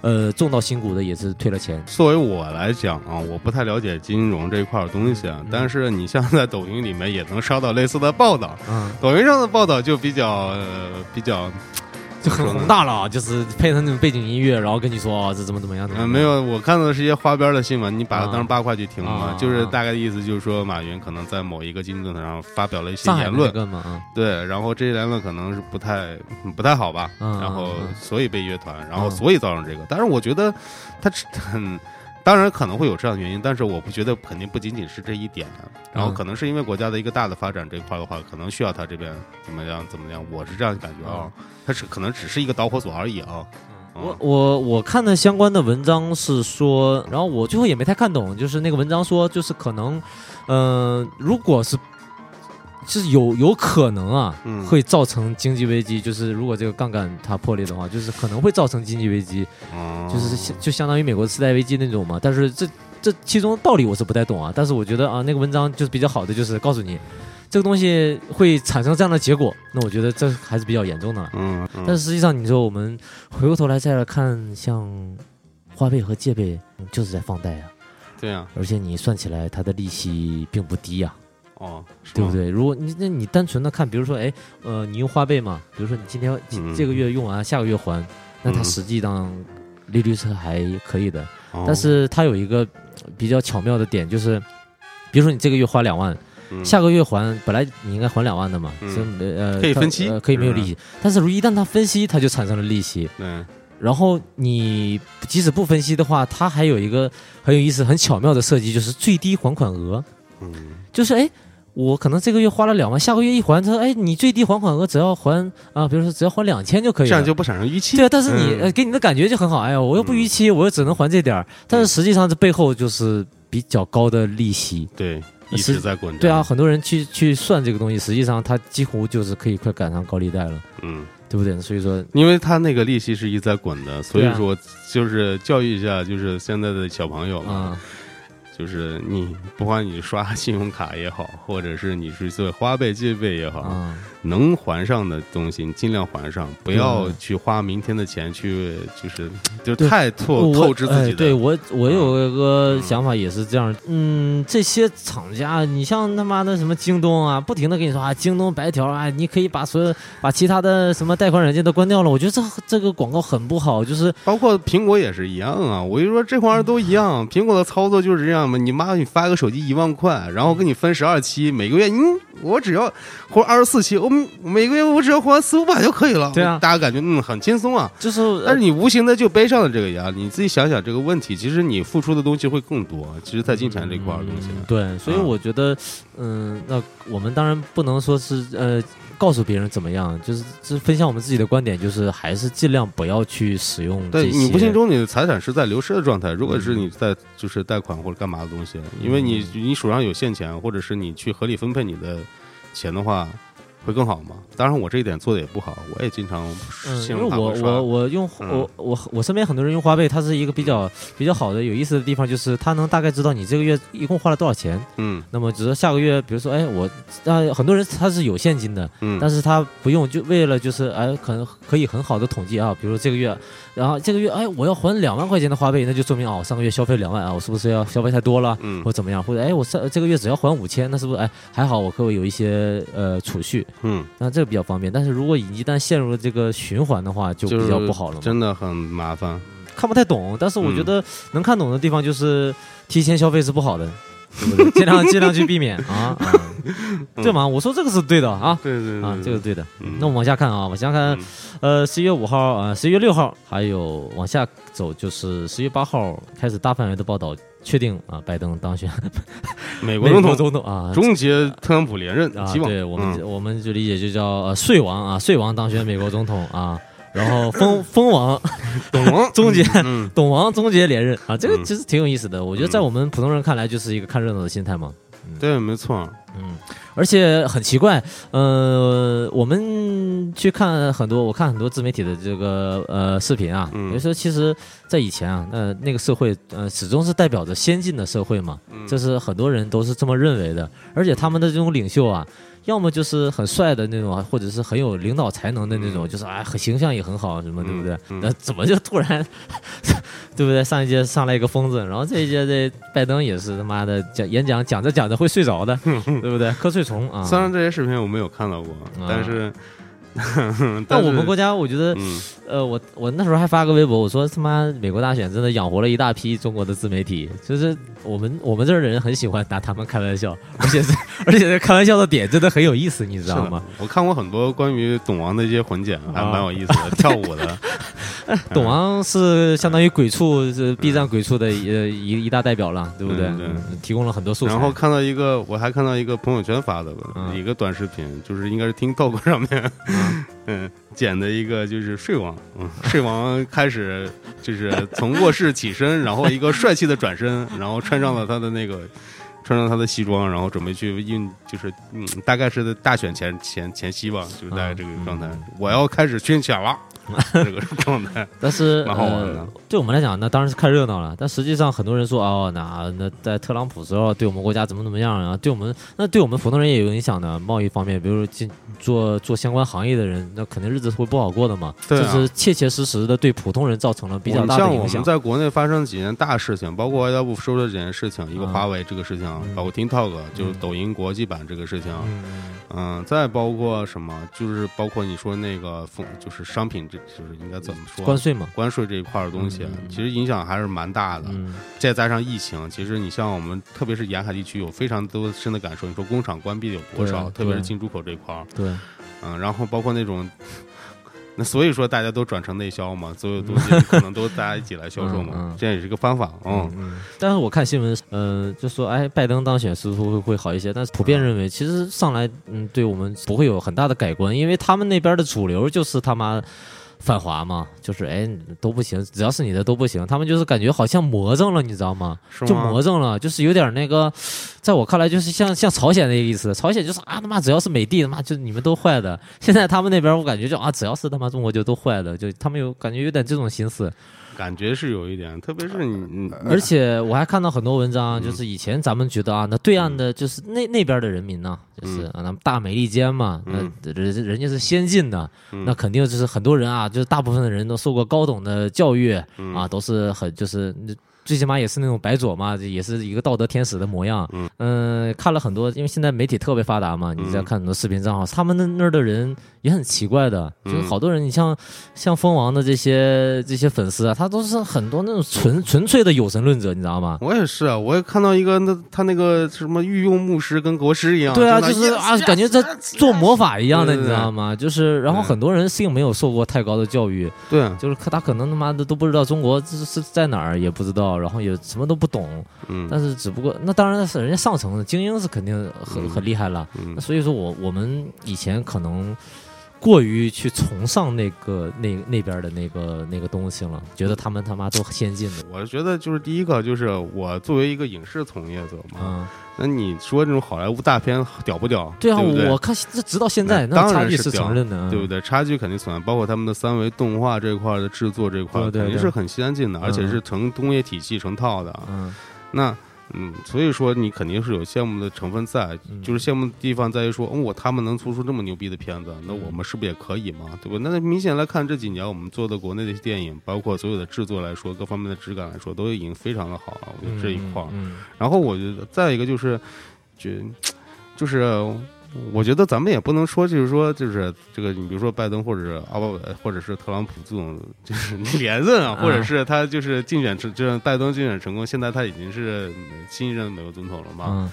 呃，中到新股的也是退了钱，作为我来讲啊，我不太了解金融这一块儿的东西嗯啊，但是你像在抖音里面也能刷到类似的报道，嗯，抖音上的报道就比较、呃、比较，就很宏大了，啊就是配上那种背景音乐，然后跟你说哦，这怎么怎么样怎么嗯、样没有，我看到的是一些花边的新闻，你把它当成八卦去听嘛，啊就是大概的意思就是说马云可能在某一个金论坛上发表了一些上海言那论，个嘛，啊对，然后这些言论可能是不太不太好吧，嗯然后嗯嗯所以被约谈，然后嗯所以造成这个。但是我觉得他很，当然可能会有这样的原因，但是我不觉得肯定不仅仅是这一点。啊然后嗯可能是因为国家的一个大的发展这一块的话，可能需要他这边怎么样怎么样，我是这样感觉啊，他是可能只是一个导火索而已啊。嗯我嗯我我看的相关的文章是说，然后我最后也没太看懂，就是那个文章说，就是可能，嗯、如果是是有有可能啊，嗯会造成经济危机，就是如果这个杠杆它破裂的话，就是可能会造成经济危机，嗯就是像就相当于美国次贷危机那种嘛。但是这这其中道理我是不太懂啊。但是我觉得啊，那个文章就是比较好的，就是告诉你这个东西会产生这样的结果。那我觉得这还是比较严重的了。嗯，嗯但是实际上，你说我们回过头来再来看，像花呗和借呗嗯就是在放贷啊，对呀，而且你算起来它的利息并不低啊，哦，是对不吗？对？如果你那你单纯的看，比如说哎呃，你用花呗嘛，比如说你今天嗯这个月用完，下个月还，那它嗯实际上利率是还可以的。哦但是它有一个比较巧妙的点，就是比如说你这个月花两万，嗯下个月还，本来你应该还两万的嘛，嗯所以呃可以它分期呃可以没有是吧利息。但是如一旦它分析，它就产生了利息。对，然后你即使不分析的话，它还有一个很有意思、很巧妙的设计，就是最低还款额，嗯就是哎。我可能这个月花了两万，下个月一还，他说：“哎，你最低还款额只要还啊，比如说只要还两千就可以这了。”样就不产生逾期。对啊，但是你、嗯呃给你的感觉就很好，哎呀，我又不逾期，我又只能还这点儿，但是实际上这背后就是比较高的利息。对，那一实直在滚。对啊，，很多人去去算这个东西，实际上它几乎就是可以快赶上高利贷了，嗯。对不对？所以说，因为他那个利息是一直在滚的，所对以啊说就是教育一下，就是现在的小朋友嘛，啊、就是你不管你刷信用卡也好，或者是你是做花呗、借呗也好，啊、能还上的东西你尽量还上，不要对去花明天的钱去，就是就对太透我透支自哎、己对的。我，我有一个嗯想法也是这样，嗯，这些厂家，你像他妈的什么京东啊，不停的跟你说啊，京东白条啊，你可以把所有把其他的什么贷款软件都关掉了，我觉得这这个广告很不好，就是包括苹果也是一样啊，我就说这玩意儿都一嗯样，苹果的操作就是这样嘛。你妈，你发个手机一万块，然后给你分十二期，每个月，嗯，我只要或者二十四期，我每个月我只要还四五百就可以了。对啊呃大家感觉嗯很轻松啊。就是但是你无形的就背上了这个压力，你自己想想这个问题，其实你付出的东西会更多。其实，在金钱这块儿的东西，嗯对，所以嗯我觉得，嗯、那我们当然不能说是呃告诉别人怎么样，就是这分享我们自己的观点，就是还是尽量不要去使用这对些。你无形中你的财产是在流失的状态。如果嗯是你在就是贷款或者干嘛的东西，因为你你手上有现钱，或者是你去合理分配你的钱的话，会更好嘛。当然，我这一点做的也不好，我也经常嗯，信因为用卡我会刷我我用嗯我我我身边很多人用花呗，它是一个比较比较好的有意思的地方，就是它能大概知道你这个月一共花了多少钱。嗯那么只是下个月，比如说，哎，我呃很多人他是有现金的，嗯，但是他不用，就为了就是哎，可能可以很好的统计啊，比如这个月，然后这个月哎，我要还两万块钱的花呗，那就说明啊，我上个月消费两万啊，我是不是要消费太多了，嗯或者怎么样？或者哎，我上这个月只要还五千，那是不是哎还好我可以有一些呃储蓄，嗯，那这个比较方便。但是如果你一旦陷入了这个循环的话，就就比较是不好了嘛。真的很麻烦。看不太懂，但是我嗯觉得能 [laughs] 看懂的地方就是提前消费是不好的，对不对？尽量尽量去避免啊。啊对吗？我说这个是对的啊对对对啊，这个是对的。嗯那我们往下看啊，往下看，呃，十一月五号啊，十一月六号，还有往下走就是十一月八号开始大范围的报道，确定啊，拜登当选哎美国美总国统总统啊，终结特朗普连任啊，既往，对我嗯们、我们就理解就叫呃税王啊，税王当选美国总统啊，然后封封王？懂吗终结嗯， [laughs] 董王终结连任啊，这个嗯其实挺有意思的，我觉得在我们普通人看来就是一个看热闹的心态嘛。对，没错，嗯，而且很奇怪，呃，我们去看很多，我看很多自媒体的这个呃视频啊，嗯有时候其实，在以前啊，那那个社会呃始终是代表着先进的社会嘛，嗯这是很多人都是这么认为的，而且他们的这种领袖啊。要么就是很帅的那种啊，或者是很有领导才能的那种，就是哎，很形象也很好，什么对不对？嗯嗯嗯那、怎么就突然，对不对？上一届上来一个疯子，然后这一届这拜登也是他妈的讲演讲讲着讲着会睡着 [laughs] 的，对不对？瞌睡虫啊。虽然这些视频我没有看到过，但是，但是啊我们国家，我觉得，嗯，呃，我我那时候还发个微博，我说他妈美国大选真的养活了一大批中国的自媒体，就是我们我们这儿人很喜欢拿他们开玩笑， [laughs] 而且是而且这开玩笑的点真的很有意思，你知是道的吗？？我看过很多关于懂王的一些混剪，还啊蛮有意 [laughs] 思的，跳舞的，嗯董王是相当于鬼畜是 B 站鬼畜的一呃一一大代表了，对不对？嗯对嗯提供了很多素材。然后看到一个，我还看到一个朋友圈发的吧嗯一个短视频，就是应该是 TikTok 上啊面， [laughs] 嗯，剪的一个就是睡王，嗯，睡王开始就是从卧室起身，然后一个帅气的转 [laughs] 身，然后穿上了他的那个。穿上他的西装，然后准备去应，就是嗯，大概是在大选前前前夕吧，就是大概这个状态。嗯我要开始圈选 [laughs] 了，这个状态。但是蛮好玩的呃。对我们来讲，那当然是看热闹了。但实际上，很多人说哦，那那在特朗普时候对我们国家怎么怎么样啊？对我们那对我们普通人也有影响的。贸易方面，比如进做做相关行业的人，那肯定日子会不好过的嘛。对啊这是切切实实的对普通人造成了比较你大的像我影们响。在国内发生几件大事情，包括外交部说的这件事情，一个嗯华为这个事情，包括 TikTok 就是抖音国际版这个事情，嗯，嗯，再包括什么，就是包括你说那个风，就是商品这，就是应该怎么说？啊关税嘛，关税这一块的东西，嗯其实影响还是蛮大的。嗯再加上疫情，其实你像我们，特别是沿海地区，有非常多深的感受。你说工厂关闭有多对少？啊特别对是啊进出口这一块儿，对，嗯，然后包括那种， [laughs] 那所以说大家都转成内销嘛，所有东西可能都大家一起来销售嘛，嗯嗯这也是一个方法。嗯，嗯，但是我看新闻，嗯，就说哎，拜登当选似乎会会好一些，但是普遍认为，其实上来，嗯，对我们不会有很大的改观，因为他们那边的主流就是他妈。反华嘛，就是哎都不行，只要是你的都不行。他们就是感觉好像魔怔了，你知道吗？是就吗魔？怔了，就是有点那个，在我看来就是像像朝鲜那个意思。朝鲜就是啊他妈只要是美帝他妈就你们都坏的。现在他们那边我感觉就啊只要是他妈中国就都坏的，就他们有感觉有点这种心思。感觉是有一点，特别是你，你呃而且我还看到很多文章，啊就是以前咱们觉得啊，那对岸的就是那那边的人民呢，就是啊，咱们大美利坚嘛，那嗯人人家是先进的，那肯定就是很多人啊，就是大部分的人都受过高等的教育啊，都是很就是。最起码也是那种白左嘛，也是一个道德天使的模样。嗯，看了很多，因为现在媒体特别发达嘛，你在看很多视频账号，他们那那儿的人也很奇怪的，就是好多人，你像像蜂王的这些这些粉丝啊，他都是很多那种纯纯粹的有神论者，你知道吗？我也是啊，我也看到一个那他那个什么御用牧师跟国师一样，对啊，真就的是 yes，啊，感觉在做魔法一样的，对对你对知道吗？就是，然后对很多人并没有受过太高的教育，对，就是可他可能他妈的都不知道中国这是是在哪儿，也不知道，然后也什么都不懂。嗯，但是只不过那当然是人家上层的精英是肯定很嗯很厉害了。嗯那所以说我我们以前可能过于去崇尚那个那那边的那个那个东西了，觉得他们他妈都先进的。我觉得就是第一个，就是我作为一个影视从业者嘛，嗯，那你说这种好莱坞大片屌不屌？对啊，不对我看这直到现在，那当差然距是是屌承认的，嗯对不对？差距肯定存在，包括他们的三维动画这一块的制作这一块，对对肯定对是很先进的，而且是成工业体系成套的。啊嗯那嗯，所以说你肯定是有羡慕的成分在，嗯就是羡慕的地方在于说，嗯，我他们能做出这么牛逼的片子，那我嗯们是不是也可以嘛？对吧？那明显来看，这几年我们做的国内的一些电影，包括所有的制作来说，各方面的质感来说，都已经非常的好了。我觉得这一块儿，嗯，然后我觉得再一个就是，觉就是我觉得咱们也不能说就是说就是这个，你比如说拜登或者是奥巴马或者是特朗普这种就是连任啊，啊或者是他就是啊竞选成，就是拜登竞选成功，现在他已经是新任美国总统了嘛。嗯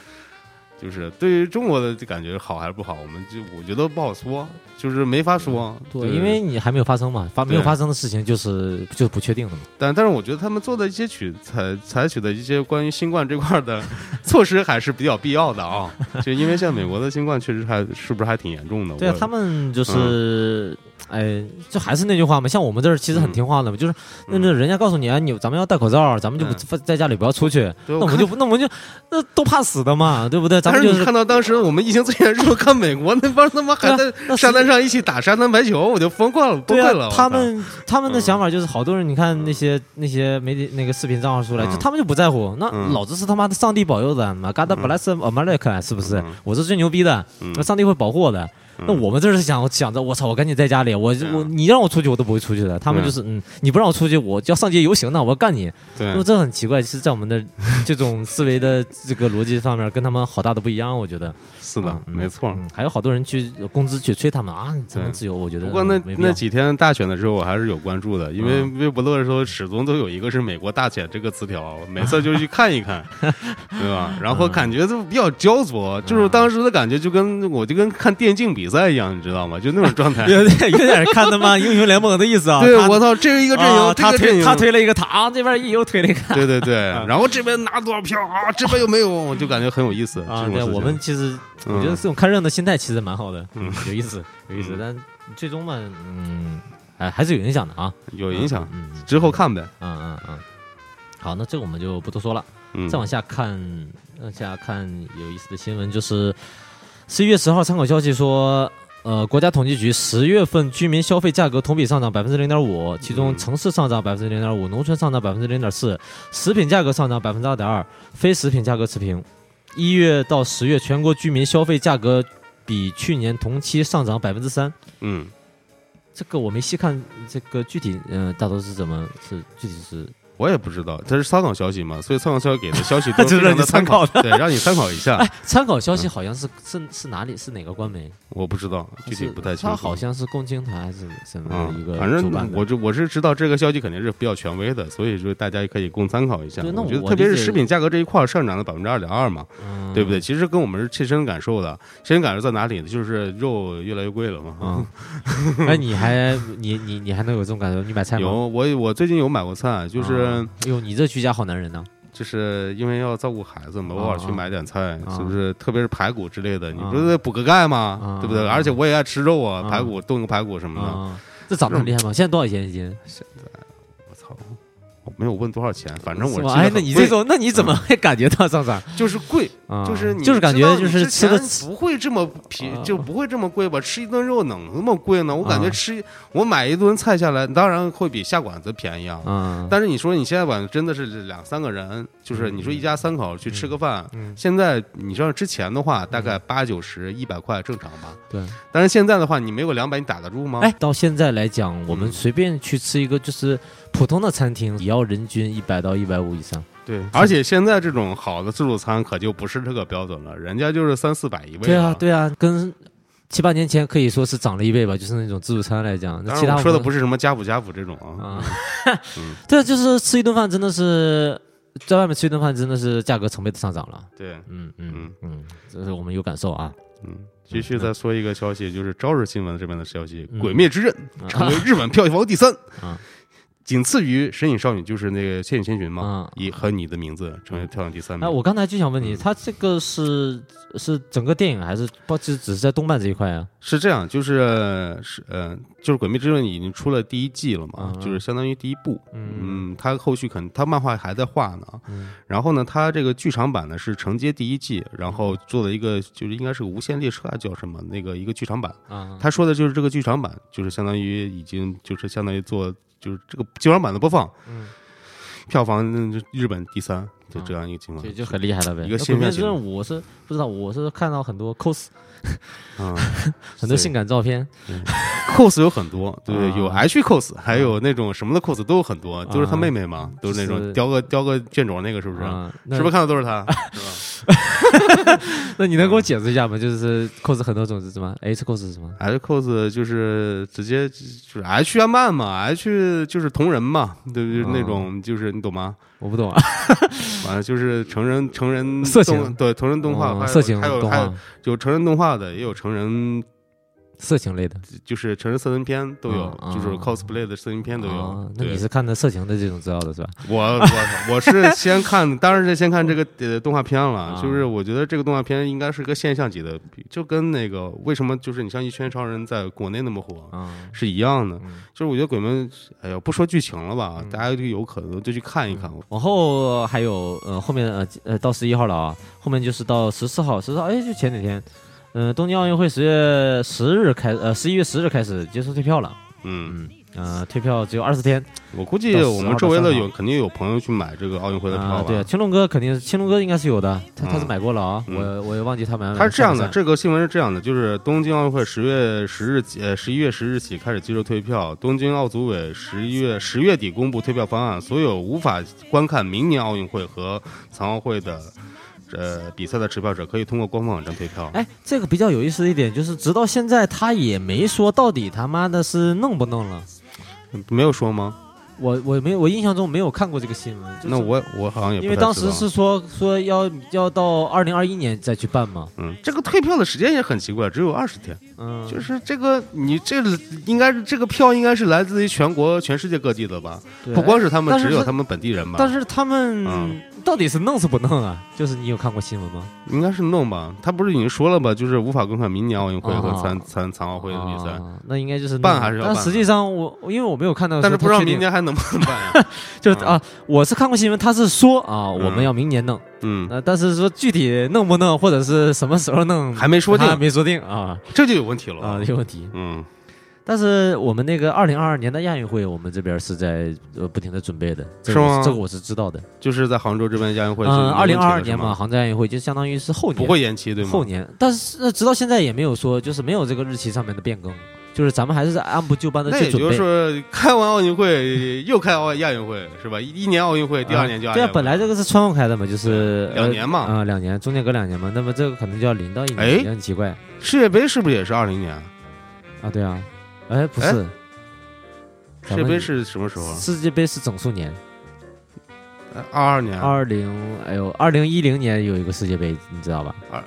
就是对于中国的感觉好还是不好，我们就我觉得不好说，就是没法说。对，因为你还没有发生嘛，发没有发生的事情就是就是不确定的嘛。但但是我觉得他们做的一些取采采取的一些关于新冠这块儿的措施还是比较必要的啊，就因为现在美国的新冠确实还是不是还挺严重的？对啊我，他嗯们就是，哎，就还是那句话嘛，像我们这儿其实很听话的嘛，就是那嗯那人家告诉你，哎，你咱们要戴口罩，咱们就不在家里不要出去，对那我们就不那我们就那都怕死的嘛，对不对？咱但们是就你看到当时我们疫情最严重的时候，看美国那帮他妈还对啊那在沙滩上一起打沙滩排球，我就疯狂了，崩对溃了。啊我，操他们他们的嗯想法就是，好多人你看那些那些媒体那个视频账号出来，嗯就他们就不在乎，那嗯老子是他妈的上帝保佑的，My God bless America，是不是嗯？我是最牛逼的，嗯那上帝会保护我的。那我们这是想想着，我操，我赶紧在家里，我对啊啊我你让我出去我都不会出去的。他们就是，嗯，你不让我出去，我就要上街游行呢，我要干你。对那么这很奇怪，是在我们 [laughs] 的这种思维的这个逻辑上面，跟他们好大的不一样，我觉得。是的啊，嗯没错。嗯，还有好多人去公司去催他们啊，你怎么自由？我觉得不过那嗯没必要嗯那几天大选的时候，我还是有关注的，因为微博的时候始终都有一个是美国大选这个词条，每次就去看 [laughs] 一看，对吧？然嗯后感觉就比较焦灼，就是当时的感觉就跟我就跟看电竞比赛一样，你知道吗？就那种 [laughs] 状态。有点有点看他妈英雄联盟的意思啊。对，他我操，这是一个阵啊营，这他个阵推营，他推嗯了一个塔，啊这边又推了一个塔对对对， [laughs] 然后这边拿多少票啊，这边又没有，我就感觉很有意思。啊。这种对，事情我们其实我嗯觉得这种看热闹的心态其实蛮好的嗯，有意思，有意思嗯。但最终嘛，嗯，哎，还是有影响的啊，有影响，嗯嗯之后看呗。嗯嗯嗯。好，那这个我们就不多说了。嗯再，往下看，往下看有意思的新闻就是，十一月十号参考消息说，呃，国家统计局十月份居民消费价格同比上涨百分之零点五，其中嗯城市上涨百分之零点五，农村上涨百分之零点四，食品价格上涨百分之二点二，非食品价格持平。一月到十月，全国居民消费价格比去年同期上涨百分之三。嗯，这个我没细看，这个具体嗯、呃大多是怎么是具体是我也不知道，它是参考消息嘛，所以参考消息给的消 [laughs] 息都就是让你非常地参参考的对，让你参考一下。哎，参考消息好像是、是是哪里是哪个官媒？我不知道，具体是不太清他楚。好像是共青团还是什么啊一个、，反主办正的我就我是知道这个消息肯定是比较权威的，所以说大家可以供参考一下。对那我觉得我特别理是解食品价格这一块儿上涨了百分之二点二嘛，嗯对不对？？其实跟我们是切身感受的，切身感受在哪里呢？就是肉越来越贵了嘛。啊、 [laughs] 哎，你还你你你还能有这种感觉？你买菜吗？有我我最近有买过菜，就是、啊，哎呦，你这居家好男人呐！就是因为要照顾孩子嘛，偶尔去买点菜，啊是不是？特别是排骨之类的，你啊不是得补个钙吗？啊对不对？而且我也爱吃肉啊，啊排骨炖个排骨什么的。啊，这涨得很厉害吗？现在多少钱一斤？我操！我没有问多少钱，反正我是记吧得哎，很那你贵这种，那你怎么会感觉到上涨？就是贵，啊就是你就是感知觉道就你是之吃的前不会这么便，啊就不会这么贵吧？吃一顿肉能那么贵呢？我感啊觉吃我买一顿菜下来，当然会比下馆子便宜啊。啊，但是你说你现在晚真的是两三个人，就是你说一家三口去吃个饭，嗯现在你像之前的话，大概八九十、一百块正常吧。对。但是现在的话，你没有两百，你打得住吗？哎，，到现在来讲，我们嗯随便去吃一个就是普通的餐厅，也要人均一百到一百五以上。对。而且现在这种好的自助餐可就不是这个标准了，人家就是三四百一位。对啊，。对啊，跟七八年前可以说是涨了一倍吧，就是那种自助餐来讲。那当其然，他我说的不是是什么家谱家谱这种啊，啊嗯， [laughs] 对，就是吃一顿饭真的是在外面吃一顿饭真的是价格成倍的上涨了。对，嗯嗯嗯，这是我们有感受啊。嗯。继续再说一个消息，就是朝日新闻这边的消息，嗯《鬼灭之刃》成为日本票房第三 [laughs] 啊，仅次于《神隐少女》，就是那个《千与千寻》嘛。啊，以和你的名字成为票房第三名。哎，我刚才就想问你，嗯它这个是是整个电影还是不只只是在动漫这一块啊？是这样，就是是呃，就是《鬼灭之刃》已经出了第一季了嘛，嗯就是相当于第一部。嗯嗯，它后续肯它漫画还在画呢，啊嗯然后呢，它这个剧场版呢是承接第一季，然后做了一个就是应该是个无限列车啊，叫什么那个一个剧场版。啊，他说的就是这个剧场版，就是相当于已经就是相当于做就是这个剧场版的播放，嗯票房嗯日本第三，就啊这样一个情况就。就很厉害了呗。一那个新鬼灭面之型刃我是不知道，我是看到很多 cos 嗯， [laughs] 很多所以性感照片， cos 有很多，对，啊啊有 H cos，还有那种什么的 cos 都有很多，都是他妹妹嘛，都是那是啊种雕个雕个卷轴那个是不是？啊，那是不是看到都是他？那你能给我解释一下吗？就是扣子很多种是什么？H 扣子是什么？ [laughs] H cos 就是直接就是 H 安曼嘛，H 就是同人嘛，对不对？啊就是那种就是你懂吗？我不懂啊。完了就是成人成人色情动对成人动画，嗯还有色情还有动还画有，有成人动画的，也有成人色情类的就是成人色情片都有，嗯就是嗯 cosplay 的色情片都有。啊那对你是看的色情的这种资料的是吧？我我我是先看，当然是先看这个呃动画片了啊。 [laughs] 就是我觉得这个动画片应该是个现象级的，就跟那个为什么就是你像《一拳超人》在国内那么火啊，是一样的。嗯就是我觉得鬼门，哎呀，不说剧情了吧，大家就有可能就去看一看。往后还有呃后面呃呃到十一号了啊，后面就是到十四号，十四号哎就前几天，嗯、东京奥运会十月十日开呃十一月十日开始接受退票了，嗯，嗯呃退票只有二十天我估计我们周围的有肯定有朋友去买这个奥运会的票吧。啊、对，青龙哥肯定是青龙哥应该是有的，他他是嗯买过了啊，嗯我我也忘记他买没买。它是这样的，看不这个新闻是这样的，就是东京奥运会十月十日起，呃，十一月十日起开始接受退票。东京奥组委十一月十月底公布退票方案，所有无法观看明年奥运会和残奥会的呃比赛的持票者，可以通过官方网站退票。哎，这个比较有意思的一点就是，直到现在他也没说到底他妈的是弄不弄了。没有说吗？我我没我印象中没有看过这个新闻，就是、那我我好像也不因为太当知时道是说说要要到二零二一年再去办嘛，嗯，这个退票的时间也很奇怪，只有二十天。嗯，就是这个，你这应该是这个票应该是来自于全国、全世界各地的吧？对不光是他们，但是只有是他们本地人吧？但是他们、嗯到底是弄是不弄啊？就是你有看过新闻吗？应该是弄吧，他不是已经说了吧？就是无法观看明年奥运会和啊残残残奥会的比赛，啊那应该就是弄办还是要办但实际上我因为我没有看到，但是不知道他确定明年还能不能办 [laughs] 呀？就嗯啊，我是看过新闻，他是说啊，嗯我们要明年弄，嗯，呃，但是说具体弄不弄或者是什么时候弄，还没说他定，没说定啊这就有问题啊，了。有问题。嗯，但是我们那个二零二二年的亚运会，我们这边是在呃不停的准备的，这个是我吗这个我是知道的。就是在杭州这边亚运会是没嗯，问题的，二零二二年是嘛，吗，杭州亚运会就相当于是后年，不会延期对吗？后年，但是呃直到现在也没有说就是没有这个日期上面的变更，就是咱们还是按部就班的那去也准就备是。说，开完奥运会 [laughs] 又开奥亚运会是吧？一一年奥运会，第二年就亚对运啊会，本来这个是穿过开的嘛，就是两年嘛啊、呃两年，中间隔两年嘛，那么这个可能就要临到一年，哎也很奇怪世界杯是不是也是二零年？啊，对啊，哎，不是，世咱界们杯是什么时候啊？世界杯是整数年，二二年，二零哎呦，二零一零年有一个世界杯，你知道吧？二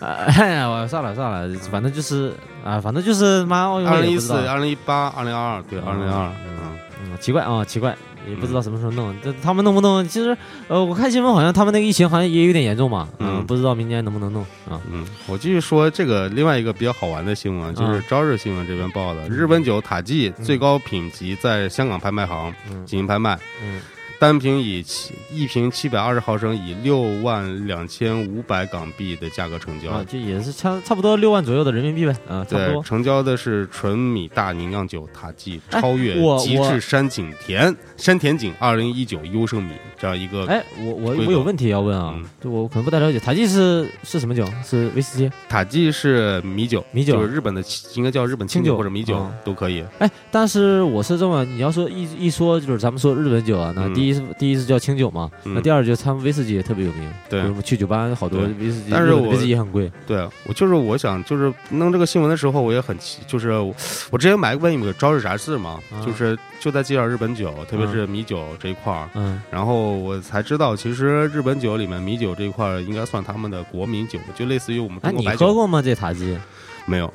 哎，我算了算了，反正就是啊，反正就是妈奥运会二零也一不知四、道二零一八、二零二二，对，嗯二零二，嗯。嗯，奇怪啊、奇怪，也不知道什么时候弄。这他们弄不弄？其实，呃，我看新闻好像他们那个疫情好像也有点严重嘛，嗯不知道明年能不能弄啊。嗯，我继续说这个另外一个比较好玩的新闻，就是嗯朝日新闻这边报的，日本酒塔季最高品级在香港拍卖行嗯进行拍卖，嗯，单瓶以七一瓶七百二十毫升，以六万两千五百港币的价格成交。啊，就也是差差不多六万左右的人民币呗，啊，差不对，多。成交的是纯米大吟酿酒塔季，哎超越我极我致山井田山田井二零一九优胜米这样一个。哎，我我规我格有问题要问啊嗯，就我可能不太了解，塔吉是是什么酒？是威士忌？塔季是米酒，米酒啊就是日本的，应该叫日本清清酒酒或者米酒嗯都可以。哎，但是我是这么，你要说一一说就是咱们说日本酒啊，那嗯第一是、第一是叫清酒嘛，嗯那第二就是他们威士忌也特别有名，对比如我们去酒吧好多对威士忌，但是日本的我威士忌也很贵，对我就是我想就是弄这个新闻的时候，我也很奇，就是我我之前买过一个招是啥事嘛，啊就是就在介绍日本酒，特别是米酒这一块儿，嗯然后我才知道，其实日本酒里面米酒这一块儿应该算他们的国民酒，就类似于我们哎，中国你白喝酒。过吗？这塔 [laughs] 吉？没有，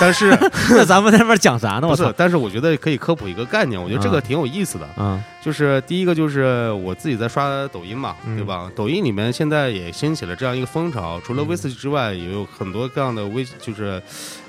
但是那咱们 [laughs] 在那边讲啥呢？不我是操！，但是我觉得可以科普一个概念，我觉得这个啊挺有意思的。啊，就是第一个就是我自己在刷抖音嘛，嗯对吧？抖音里面现在也兴起了这样一个风潮，除了嗯威士忌之外，也有很多各样的微，就是，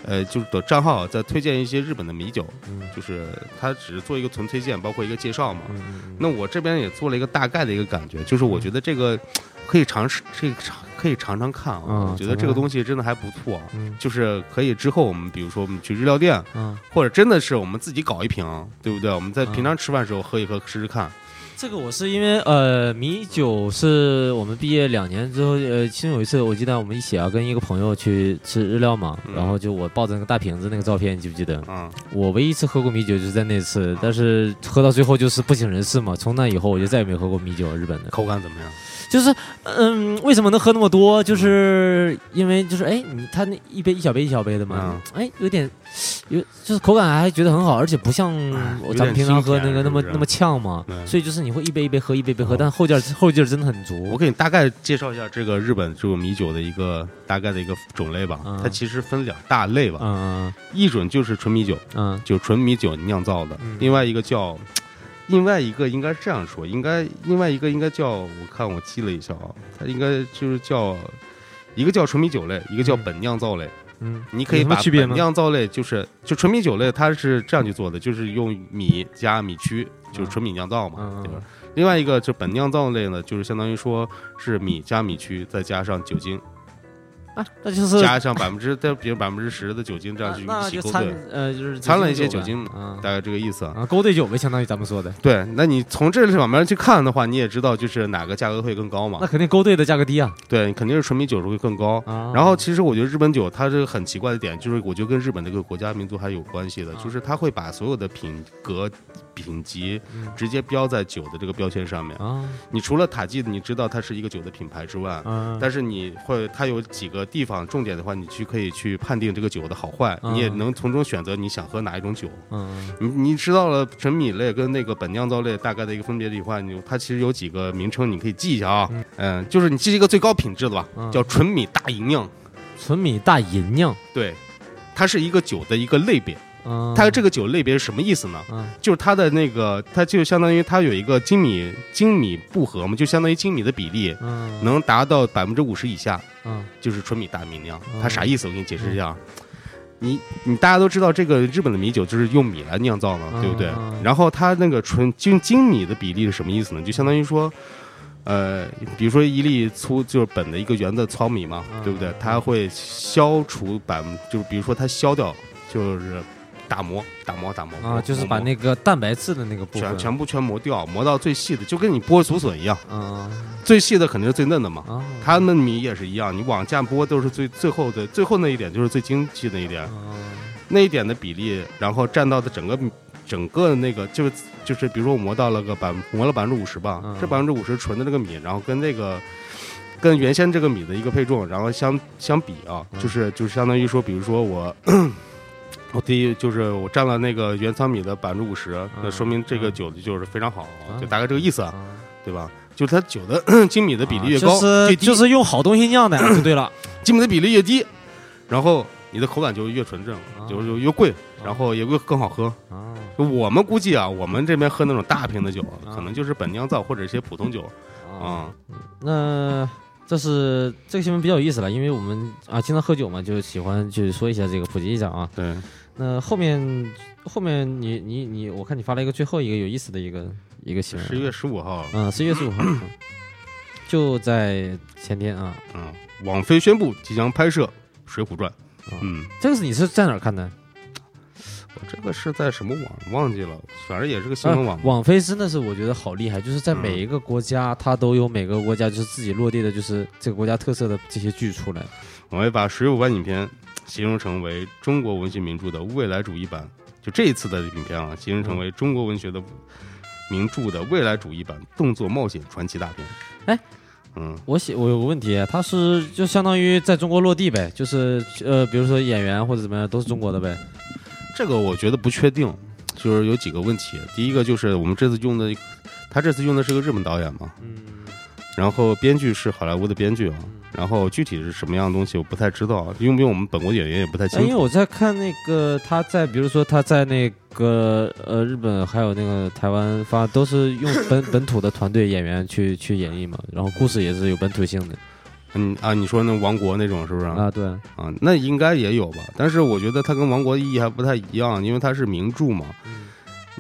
呃，就是的账号在推荐一些日本的米酒，嗯就是它只是做一个纯推荐，包括一个介绍嘛。嗯嗯那我这边也做了一个大概的一个感觉，就是我觉得这个可以尝试，这个尝可以尝尝看啊，嗯我觉得这个东西真的还不错。嗯就是可以之后我们比如说我们去日料店，啊嗯或者真的是我们自己搞一瓶，对不对？我们在嗯平常吃饭的时候喝一喝，试试看。这个我是因为呃，米酒是我们毕业两年之后，呃，其中有一次我记得我们一起啊，跟一个朋友去吃日料嘛，嗯然后就我抱着那个大瓶子那个照片，你记不记得？嗯，我唯一一次喝过米酒就是在那次，但是喝到最后就是不省人事嘛。从那以后我就再也没喝过米酒，日本的。口感怎么样？就是嗯，为什么能喝那么多？就是因为就是哎，你他那一杯一小杯一小杯的嘛，哎，有点有就是口感还觉得很好，而且不像有点咱们平常喝那个清甜那么是不是那么呛嘛嗯，所以就是你会一杯一杯喝，一杯一杯喝，哦但后劲儿后劲儿真的很我足。给你大概介绍一下这个日本这个米酒的一个大概的一个种类吧。嗯它其实分两大类吧，嗯一种就是纯米酒，嗯就纯米酒酿造的；嗯另外一个叫，另外一个应该这样说，应该另外一个应该叫，我看我记了一下啊，它应该就是叫，一个叫纯米酒类，一个叫本酿造类。嗯，你可以有什么把区别本吗？酿造类就是就纯米酒类，它是这样去做的，就是用米加米曲，就是纯米酿造嘛，嗯对吧？另外一个就本酿造类呢，就是相当于说是米加米曲，再加上酒精，啊，那就是加上百分之，再比如百分之十的酒精这样那去那一起就勾掺兑，呃就是掺了一些酒酒精呗啊大概这个意思啊。啊，勾兑酒呗，相当于咱们说的，对，那你从这两面去看的话，你也知道就是哪个价格会更高嘛那？肯定勾兑的价格低啊。对，肯定是纯米酒是会更高。啊，然后其实我觉得日本酒它这个很奇怪的点，就是我觉得跟日本这个国家民族还有关系的，啊就是它会把所有的品格、品级嗯直接标在酒的这个标签上面。啊你除了塔吉，你知道它是一个酒的品牌之外。啊，但是你会，它有几个地方重点的话，你去可以去判定这个酒的好坏，啊你也能从中选择你想喝哪一种酒。嗯你你知道了纯米类跟那个本酿造类大概的一个分别以后，你它其实有几个名称你可以记一下啊，嗯嗯就是你记一个最高品质的吧，嗯叫纯米大吟酿，纯米大吟酿，对，它是一个酒的一个类别，嗯，它这个酒类别是什么意思呢？嗯就是它的那个，它就相当于它有一个精米精米不合嘛，就相当于精米的比例嗯能达到百分之五十以下，嗯就是纯米大米酿。嗯它啥意思？我给你解释一下。啊。你你大家都知道，这个日本的米酒就是用米来酿造嘛，嗯对不对？嗯然后它那个纯精精米的比例是什么意思呢？就相当于说，呃，比如说一粒粗就是本的一个圆的糙米嘛，嗯对不对？它会消除百分，就是比如说它削掉，就是打磨打磨打磨啊，就是把磨那个蛋白质的那个部全分，全部全磨掉，磨到最细的，就跟你剥竹笋一样，嗯最细的肯定是最嫩的嘛。啊，它们米也是一样，你往下剥都是最最后的最后那一点，就是最精细那一点，嗯那一点的比例，然后占到的整个整个那个就是就是，比如说我磨到了个百磨了百分之五十吧，嗯这百分之五十纯的这个米，然后跟那个跟原先这个米的一个配重，然后相相比啊，嗯就是就是相当于说，比如说我。 [coughs] 我第一就是我占了那个原仓米的百分之五十，那嗯说明这个嗯酒的就是非常好，嗯就大概这个意思，啊，啊对吧？就是它酒的 [coughs] 精米的比例越高，就越是低就是用好东西酿的就对了，精米的比例越低，然后你的口感就越纯正，啊就就越贵，然后也会更好喝。啊我们估计啊，我们这边喝那种大瓶的酒，啊可能就是本酿造或者一些普通酒啊， [laughs] 啊。那。这是这个新闻比较有意思了，因为我们啊经常喝酒嘛，就喜欢去说一下这个普及一下啊。对，那后面后面你你你，我看你发了一个最后一个有意思的一个一个新闻，啊十一月十五号，嗯十一月十五号，嗯就在前天啊，嗯，网飞宣布即将拍摄《水浒传》啊。嗯，这个是你是在哪儿看的？我这个是在什么网忘记了，反正也是个新闻网嗯吧。啊网飞真的是我觉得好厉害，就是在每一个国家，它都有每个国家就是自己落地的，就是这个国家特色的这些剧出来。我会把《水浒传》影片形容成为中国文学名著的未来主义版。就这一次的影片啊，形容成为中国文学的名著的未来主义版动作冒险传奇大片。哎，嗯，我写我有个问题，啊它是就相当于在中国落地呗，就是呃，比如说演员或者怎么样都是中国的嗯呗。这个我觉得不确定，就是有几个问题。第一个就是我们这次用的，他这次用的是个日本导演嘛，嗯，然后编剧是好莱坞的编剧啊，然后具体是什么样的东西我不太知道，用不用我们本国演员也不太哎因清为楚。我在看那个他在，比如说他在那个呃日本还有那个台湾发都是用本 [coughs] 本土的团队演员去去演绎嘛，然后故事也是有本土性的嗯啊，你说那王国那种是不是啊啊，对，那应该也有吧，但是我觉得它跟王国意义还不太一样，因为它是名著嘛。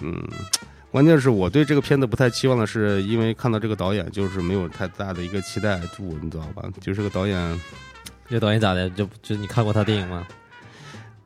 嗯，关键是我对这个片子不太期望的是，因为看到这个导演就是没有太大的一个期待度，你知道吧？就是这个导演，这导演咋的？就就你看过他电影吗？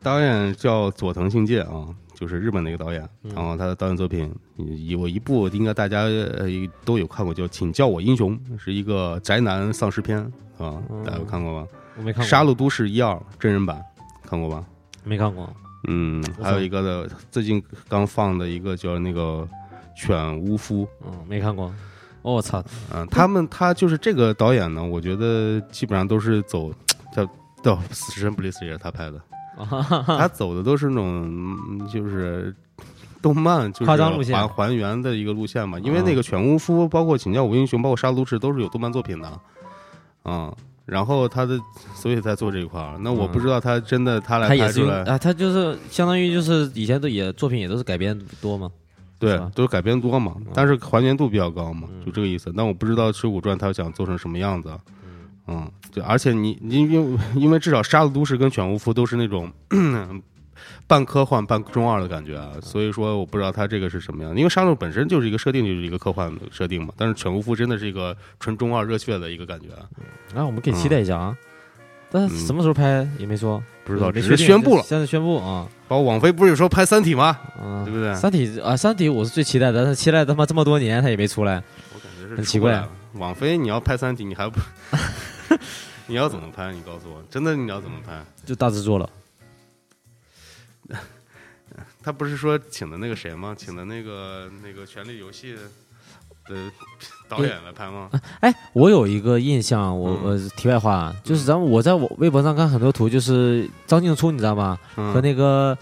导演叫佐藤信介啊，就是日本的一个导演，嗯然后他的导演作品有一部应该大家呃都有看过，叫《请叫我英雄》，是一个宅男丧尸片啊嗯，大家有看过吧？我没《看过，杀戮都市一二》真人版看过吧？没看过，嗯，我还有操一个的最近刚放的一个叫那个《犬巫夫》，嗯，没看过。哦我操，嗯，他们他就是这个导演呢，我觉得基本上都是走叫叫死神不离死也是 [laughs] 他拍的，他走的都是那种嗯就是动漫就是夸张路线啊还还原的一个路线嘛，因为那个《犬巫夫》包括《请教我英雄》包括《杀戮都市》都是有动漫作品的，嗯，然后他的所以在做这一块儿，那我不知道他真的他来嗯他也拍是出用来，啊，他就是相当于就是以前都也作品也都是改编多嘛，是对吧，都是嗯改编多嘛，但是还原度比较高嘛嗯，就这个意思。但我不知道《水浒传》他想做成什么样子。嗯，对，而且你你因为因为至少《杀戮都市》跟《犬巫夫》都是那种 [clears throat] 半科幻半中二的感觉啊，所以说我不知道他这个是什么样。因为《杀戮》本身就是一个设定，就是一个科幻的设定嘛，但是《犬巫夫》真的是一个纯中二热血的一个感觉啊，啊，我们可以期待一下啊。但是什么时候拍也没说，嗯不知道没嗯只确是定宣布了。现在宣布啊，包括网飞不是有说拍《三体》吗？嗯，对不对三体啊，三体我是最期待的，但是期待他妈这么多年他也没出来，很奇怪。网飞你要拍《三体》，你还 [laughs] 不你要怎么拍？你告诉我，真的你要怎么拍？就大制作了。他不是说请的那个谁吗？请的那个那个《权力游戏》的导演来 [laughs] 拍吗？哎，我有一个印象，我嗯呃，题外话啊，就是咱们我在我微博上看很多图，就是张静初你知道吗？嗯和那个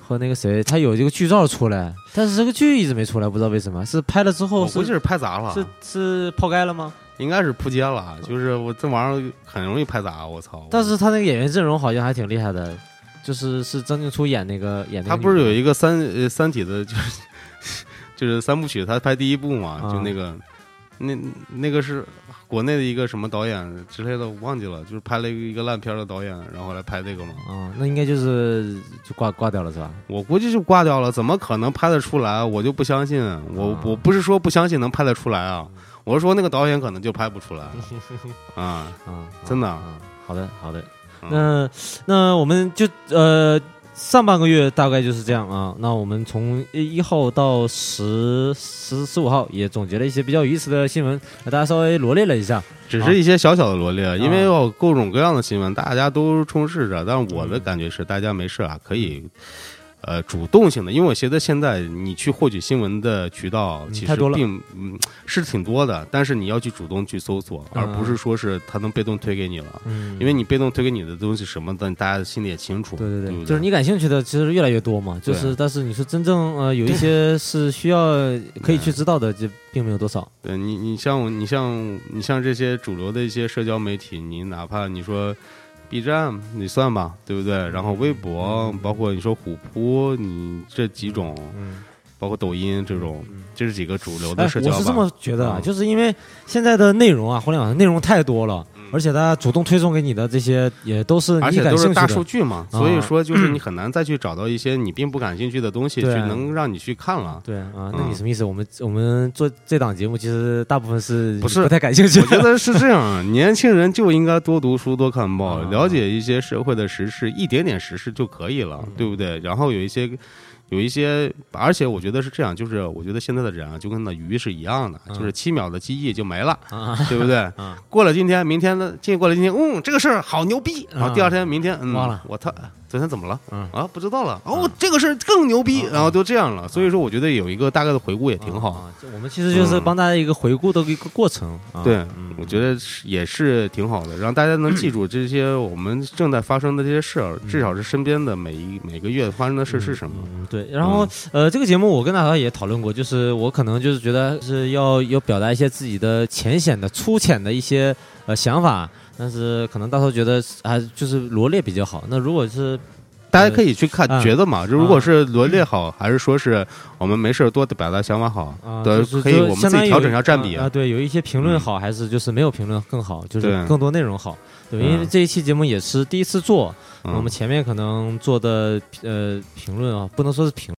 和那个谁，他有这个剧照出来，但是这个剧一直没出来，不知道为什么。是拍了之后我哦是估计哦是啊拍砸了，是是泡盖了吗？应该是扑街了。啊就是我这玩意儿很容易拍砸，啊我操！但是他那个演员阵容好像还挺厉害的，就是是张静初演那个演那个女的。他不是有一个三呃三体的，就是就是三部曲，他拍第一部嘛，啊就那个那那个是国内的一个什么导演之类的，我忘记了，就是拍了一个一个烂片儿的导演，然后来拍这个嘛。啊，那应该就是就挂挂掉了是 [laughs] 吧？我估计就挂掉了，怎么可能拍得出来？啊我就不相信，我啊我不是说不相信能拍得出来啊，嗯我是说那个导演可能就拍不出来啊。啊，真的啊，好的好的，嗯那那我们就呃上半个月大概就是这样啊。那我们从一号到十十十五号也总结了一些比较有意思的新闻，给大家稍微罗列了一下。只是一些小小的罗列，因啊为有各种各样的新闻，大家都充斥着。但是我嗯的感觉是，大家没事啊，可以，呃，主动性的，因为我觉得现在你去获取新闻的渠道其太实多了并嗯是挺多的，但是你要去主动去搜索，嗯而不是说是它能被动推给你了。嗯因为你被动推给你的东西什么的，大家心里也清楚。对对对对，不就是你感兴趣的其实越来越多嘛，就对是但是你说真正呃有一些是需要可以去知道的，就并没有多少。对你，你像我，你像你像这些主流的一些社交媒体，你哪怕你说 B 站，你算吧，对不对？然后微博，包括你说虎扑，你这几种，嗯包括抖音这种，这是几个主流哎的社，交我吧。是这么觉得啊，嗯就是因为现在的内容啊，互联网的内容太多了，而且它主动推送给你的这些也都是嗯而你且感都兴是趣的。大啊嗯数据嘛，所以说就是你很难再去找到一些你并不感兴趣的东西，去对能让你去看了。对啊，那你嗯什么意思？我们我们做这档节目，其实大部分是不是不太感兴趣我的觉得是这样，年轻人就应该多读书、多看报，啊了解一些社会的时事，一点点时事就可以了，嗯对不对？然后有一些。有一些，而且我觉得是这样，就是我觉得现在的人啊，就跟那鱼是一样的，就是七秒的记忆就没了，嗯啊。对不对？过了今天，明天的，进过了今天，嗯，这个事儿好牛逼，然后第二天，明天，嗯，忘了我他昨天怎么了？嗯啊，不知道了。哦，这个事儿更牛逼，然后就这样了。所以说，我觉得有一个大概的回顾也挺 [laughs] 好。啊，就我们其实就是嗯帮大家一个回顾的一个过程啊。对，嗯我觉得是也是挺好的，让大 [clears throat] 家能记住这些我们正在发生的这些事儿，至少是身边的每一每个月发生的事是什么。嗯，对，然后、呃，这个节目我跟大家也讨论过，就是我可能就是觉得是要有表达一些自己的浅显的、粗浅的一些呃想法，但是可能到时候觉得还就是罗列比较好。那如果是大家可以去看嗯，觉得嘛，就如果是罗列好，还是说是我们没事儿多表达想法好啊，，对就是，可以就我们相自当于己有调整一下占比嗯啊、。对，有一些评论好，还是就是没有评论更好，就是对更多内容好。对，因为嗯这一期节目也是第一次做，嗯我们前面可能做的呃评论啊，不能说是评